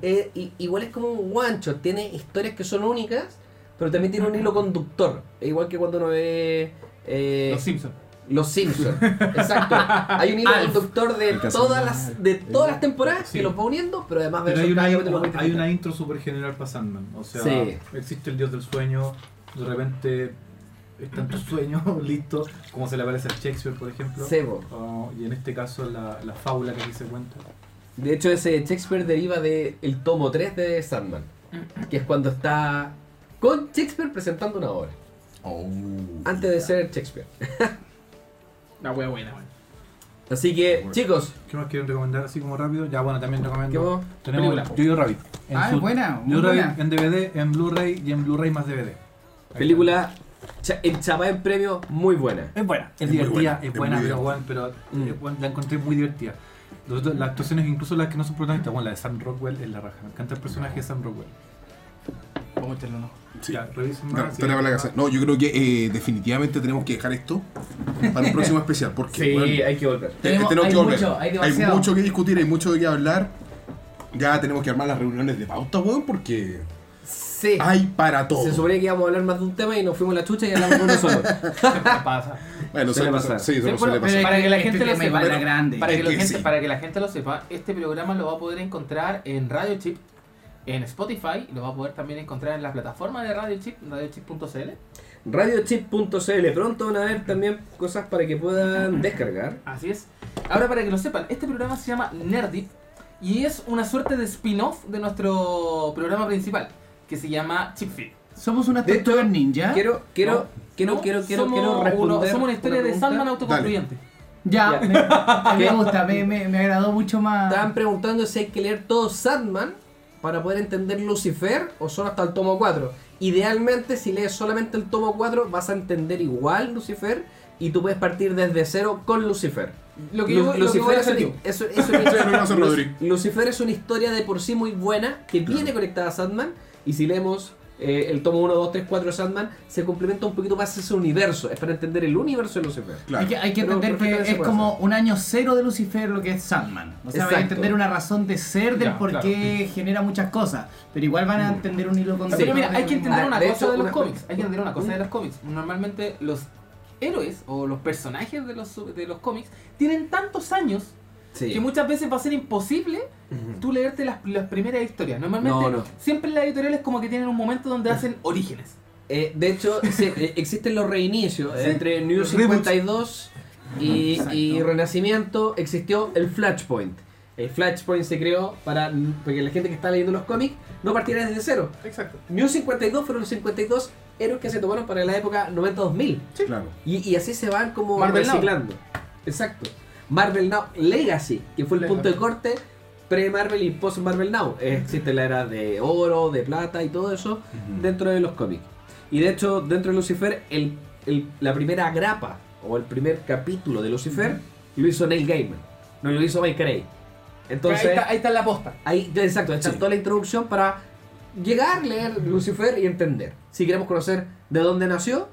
Speaker 9: eh, i- igual es como un guancho, tiene historias que son únicas, pero también tiene un hilo conductor. Es igual que cuando uno ve eh,
Speaker 8: Los Simpsons.
Speaker 9: Los Simpsons. Exacto. Hay un hilo conductor de
Speaker 4: El caso
Speaker 9: todas
Speaker 4: de-
Speaker 9: las de todas las temporadas
Speaker 6: Sí.
Speaker 9: que lo va uniendo, pero además
Speaker 6: Pero
Speaker 9: versus
Speaker 6: hay una,
Speaker 9: cada capítulo muy
Speaker 6: hay
Speaker 9: distinta.
Speaker 6: una intro súper general para Sandman. O sea,
Speaker 9: Sí.
Speaker 6: existe el dios del sueño, de repente están tus sueños listos, como se le aparece a Shakespeare, por ejemplo.
Speaker 9: Sebo.
Speaker 6: Oh, y en este caso la, la fábula que aquí se cuenta.
Speaker 9: De hecho, ese Shakespeare deriva del el tomo 3 de Sandman, que es cuando está con Shakespeare presentando una obra,
Speaker 4: Oh,
Speaker 7: Ah,
Speaker 9: antes de ser Shakespeare.
Speaker 8: La wea buena, weón.
Speaker 9: Así que, chicos,
Speaker 6: ¿Qué más quieren recomendar así como rápido? Ya bueno, también
Speaker 9: ¿qué
Speaker 6: recomiendo.
Speaker 9: vos?
Speaker 6: Tenemos
Speaker 8: Película.
Speaker 6: Yo-Yo Rabbit. en
Speaker 7: Ah,
Speaker 6: su-
Speaker 7: buena, muy
Speaker 6: Yo-Yo
Speaker 7: buena.
Speaker 6: Rabbit en DVD, en Blu-ray y en Blu-ray más DVD.
Speaker 9: Película cha- en Chapa en premio, muy buena.
Speaker 6: Es buena, es,
Speaker 4: Es muy
Speaker 6: divertida,
Speaker 4: buena,
Speaker 6: es
Speaker 4: es
Speaker 6: buena,
Speaker 4: muy
Speaker 6: pero
Speaker 4: divertida.
Speaker 6: bueno, pero eh, bueno, la encontré muy divertida. Los otros- las actuaciones, incluso las que no son protagonistas, bueno, la de Sam Rockwell es la raja. Me encanta el personaje de Sam Rockwell.
Speaker 8: Vamos a meterlo, ¿no?
Speaker 4: Sí.
Speaker 6: Ya, revisen
Speaker 9: Ah,
Speaker 4: No,
Speaker 6: más. sí,
Speaker 4: tarea para la casa. No, yo creo que eh, definitivamente tenemos que dejar esto para un próximo especial. Porque bueno,
Speaker 9: hay que volver.
Speaker 4: te-
Speaker 7: Tenemos-
Speaker 4: tenemos
Speaker 7: hay
Speaker 4: que volver.
Speaker 7: mucho, hay
Speaker 4: hay,
Speaker 7: demasiado.
Speaker 4: mucho que discutir, hay mucho de qué hablar. Ya tenemos que armar las reuniones de pauta, weón, porque
Speaker 9: Sí.
Speaker 4: hay para todo.
Speaker 9: Se suponía que íbamos a hablar más de un tema y nos fuimos a la chucha y hablamos de uno solo.
Speaker 8: Pasa.
Speaker 4: bueno,
Speaker 9: suele
Speaker 4: suele
Speaker 9: pasar.
Speaker 4: Sí, eso
Speaker 8: Sí,
Speaker 4: no
Speaker 8: bueno,
Speaker 4: suele
Speaker 8: pero
Speaker 7: eh,
Speaker 4: pasar.
Speaker 8: Para que la gente lo
Speaker 7: me
Speaker 8: sepa,
Speaker 7: va a la
Speaker 4: pero-
Speaker 7: grande.
Speaker 8: Para
Speaker 4: Es
Speaker 8: que, la
Speaker 4: que
Speaker 8: gente,
Speaker 4: sí.
Speaker 8: para que la gente lo sepa, este programa lo va a poder encontrar en Radio Chip, en Spotify, y lo va a poder también encontrar en la plataforma de Radio Chip, radiochip.cl.
Speaker 9: Radiochip.cl. Pronto van a ver también cosas para que puedan descargar.
Speaker 8: Así es. Ahora para que lo sepan, este programa se llama Nerdip y es una suerte de spin-off de nuestro programa principal, que se llama Chip Fit.
Speaker 7: Somos unas
Speaker 9: De hecho,
Speaker 7: tortugas ninja.
Speaker 9: Quiero, quiero,
Speaker 8: ¿Ah? No,
Speaker 9: quiero,
Speaker 8: ¿No?
Speaker 9: quiero, quiero,
Speaker 8: Somos
Speaker 9: quiero responder.
Speaker 8: uno- somos una historia de
Speaker 9: pregunta.
Speaker 8: Sandman autoconstruyente.
Speaker 7: Ya,
Speaker 9: Ya.
Speaker 7: Me,
Speaker 9: ¿Qué?
Speaker 7: me gusta, me, me, me agradó mucho más.
Speaker 9: Estaban preguntando si hay que leer todo Sandman para poder entender Lucifer o solo hasta el tomo 4. Idealmente, si lees solamente el tomo 4, vas a entender igual Lucifer y tú puedes partir desde cero con Lucifer.
Speaker 8: Lo que
Speaker 9: Lu-
Speaker 8: yo, lo que voy
Speaker 9: Lucifer
Speaker 8: a
Speaker 9: es una-
Speaker 8: hacer yo.
Speaker 9: es- es una-
Speaker 4: Sí, no, no, no, Rodri.
Speaker 9: Lu- Lucifer es una historia de por sí muy buena que viene conectada a Sandman. Y si leemos eh, el tomo 1, 2, 3, 4 de Sandman, se complementa un poquito más ese universo. Es para entender el universo de Lucifer.
Speaker 4: Claro.
Speaker 7: Hay que, hay que
Speaker 9: Pero
Speaker 7: entender que
Speaker 9: perfectamente
Speaker 7: es
Speaker 9: se puede
Speaker 7: como un año cero de Lucifer lo que es Sandman. O sea, van a
Speaker 9: Exacto.
Speaker 7: entender una razón de ser del
Speaker 8: Ya,
Speaker 7: por
Speaker 8: claro.
Speaker 7: qué genera muchas cosas. Pero igual van a entender un hilo conductor.
Speaker 8: Pero mira, hay que entender
Speaker 9: Ah,
Speaker 8: una
Speaker 9: de
Speaker 8: cosa
Speaker 9: hecho,
Speaker 8: de los
Speaker 9: una- Mm.
Speaker 8: cómics. Hay que entender una cosa de los cómics. Normalmente los héroes o los personajes de los, su- de los cómics tienen tantos años
Speaker 9: Sí.
Speaker 8: que muchas veces va a ser imposible tú leerte las, las primeras historias. Normalmente
Speaker 9: No, no.
Speaker 8: siempre las editoriales como que tienen un momento donde hacen orígenes.
Speaker 9: Eh, de hecho, sí, eh, existen los reinicios.
Speaker 8: Sí.
Speaker 9: Entre New
Speaker 8: Los
Speaker 9: 52 y, y Renacimiento existió el Flashpoint. El Flashpoint se creó para, para que la gente que está leyendo los cómics no partiera desde cero.
Speaker 8: Exacto.
Speaker 9: New 52 fueron los 52 héroes que se tomaron para la época 90-2000.
Speaker 4: Claro.
Speaker 9: Y, y así se van como
Speaker 8: Marvel Now.
Speaker 9: reciclando. Exacto. Marvel Now Legacy, que fue el punto de corte pre-Marvel y post-Marvel Now. Eh, Existe la era de oro, de plata y todo eso dentro de los cómics. Y de hecho, dentro de Lucifer, el, el- la primera grapa o el primer capítulo de Lucifer lo hizo Neil Gaiman, no lo hizo Mike Carey. Entonces,
Speaker 8: ahí, está, ahí está la posta.
Speaker 9: Ahí, exacto, está toda la introducción para llegar, leer Lucifer y entender. Si queremos conocer de dónde nació,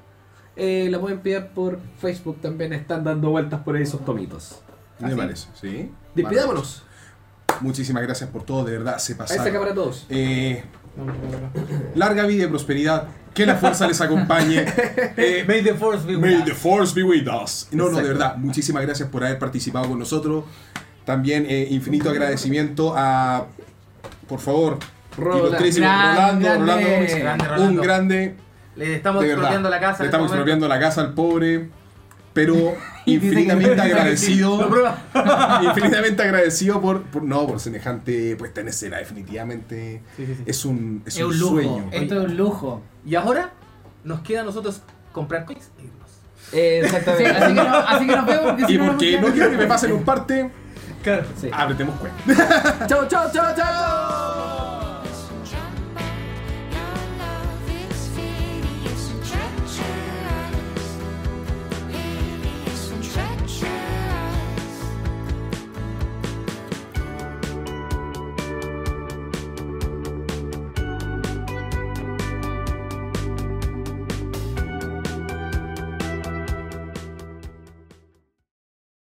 Speaker 9: eh, la pueden pillar por Facebook también. Están dando vueltas por ahí esos tomitos.
Speaker 7: ¿Ah,
Speaker 4: Me parece, sí.
Speaker 9: Despidámonos.
Speaker 4: Maravilloso. Muchísimas gracias por todo, de verdad, se
Speaker 9: A esta
Speaker 4: pasaron.
Speaker 9: cámara todos.
Speaker 4: Eh, larga vida y prosperidad. Que la fuerza les acompañe. Eh,
Speaker 9: May the force be
Speaker 4: May the force be with us. No, no, de
Speaker 9: Exacto.
Speaker 4: verdad, muchísimas gracias por haber participado con nosotros. También eh, infinito agradecimiento a, por favor,
Speaker 9: Roland.
Speaker 4: ilustrísimo
Speaker 7: Gran-
Speaker 4: Rolando,
Speaker 7: grande.
Speaker 4: Rolando Gómez,
Speaker 7: Grande
Speaker 4: un
Speaker 7: Rolando.
Speaker 4: grande.
Speaker 9: Le estamos
Speaker 4: De verdad.
Speaker 9: expropiando la casa.
Speaker 4: Le
Speaker 9: en
Speaker 4: estamos
Speaker 9: este momento.
Speaker 4: expropiando la casa al pobre, pero infinitamente
Speaker 9: Lo
Speaker 4: agradecido.
Speaker 9: prueba.
Speaker 4: infinitamente agradecido por, por- no, por semejante puesta en escena. Definitivamente es un, es
Speaker 9: Es
Speaker 4: un,
Speaker 9: un lujo.
Speaker 4: sueño.
Speaker 12: Esto es un lujo.
Speaker 9: Y ahora nos queda a nosotros comprar coins e irnos.
Speaker 13: Eh,
Speaker 12: Sí,
Speaker 13: exactamente.
Speaker 12: así, que no, así que nos vemos porque si
Speaker 4: Y
Speaker 12: no, no
Speaker 4: porque
Speaker 12: nos
Speaker 4: no
Speaker 12: queda-
Speaker 4: quiero que me pasen un parte,
Speaker 12: Sí.
Speaker 4: apretemos cuenta.
Speaker 9: Chao, chao, chao, chao.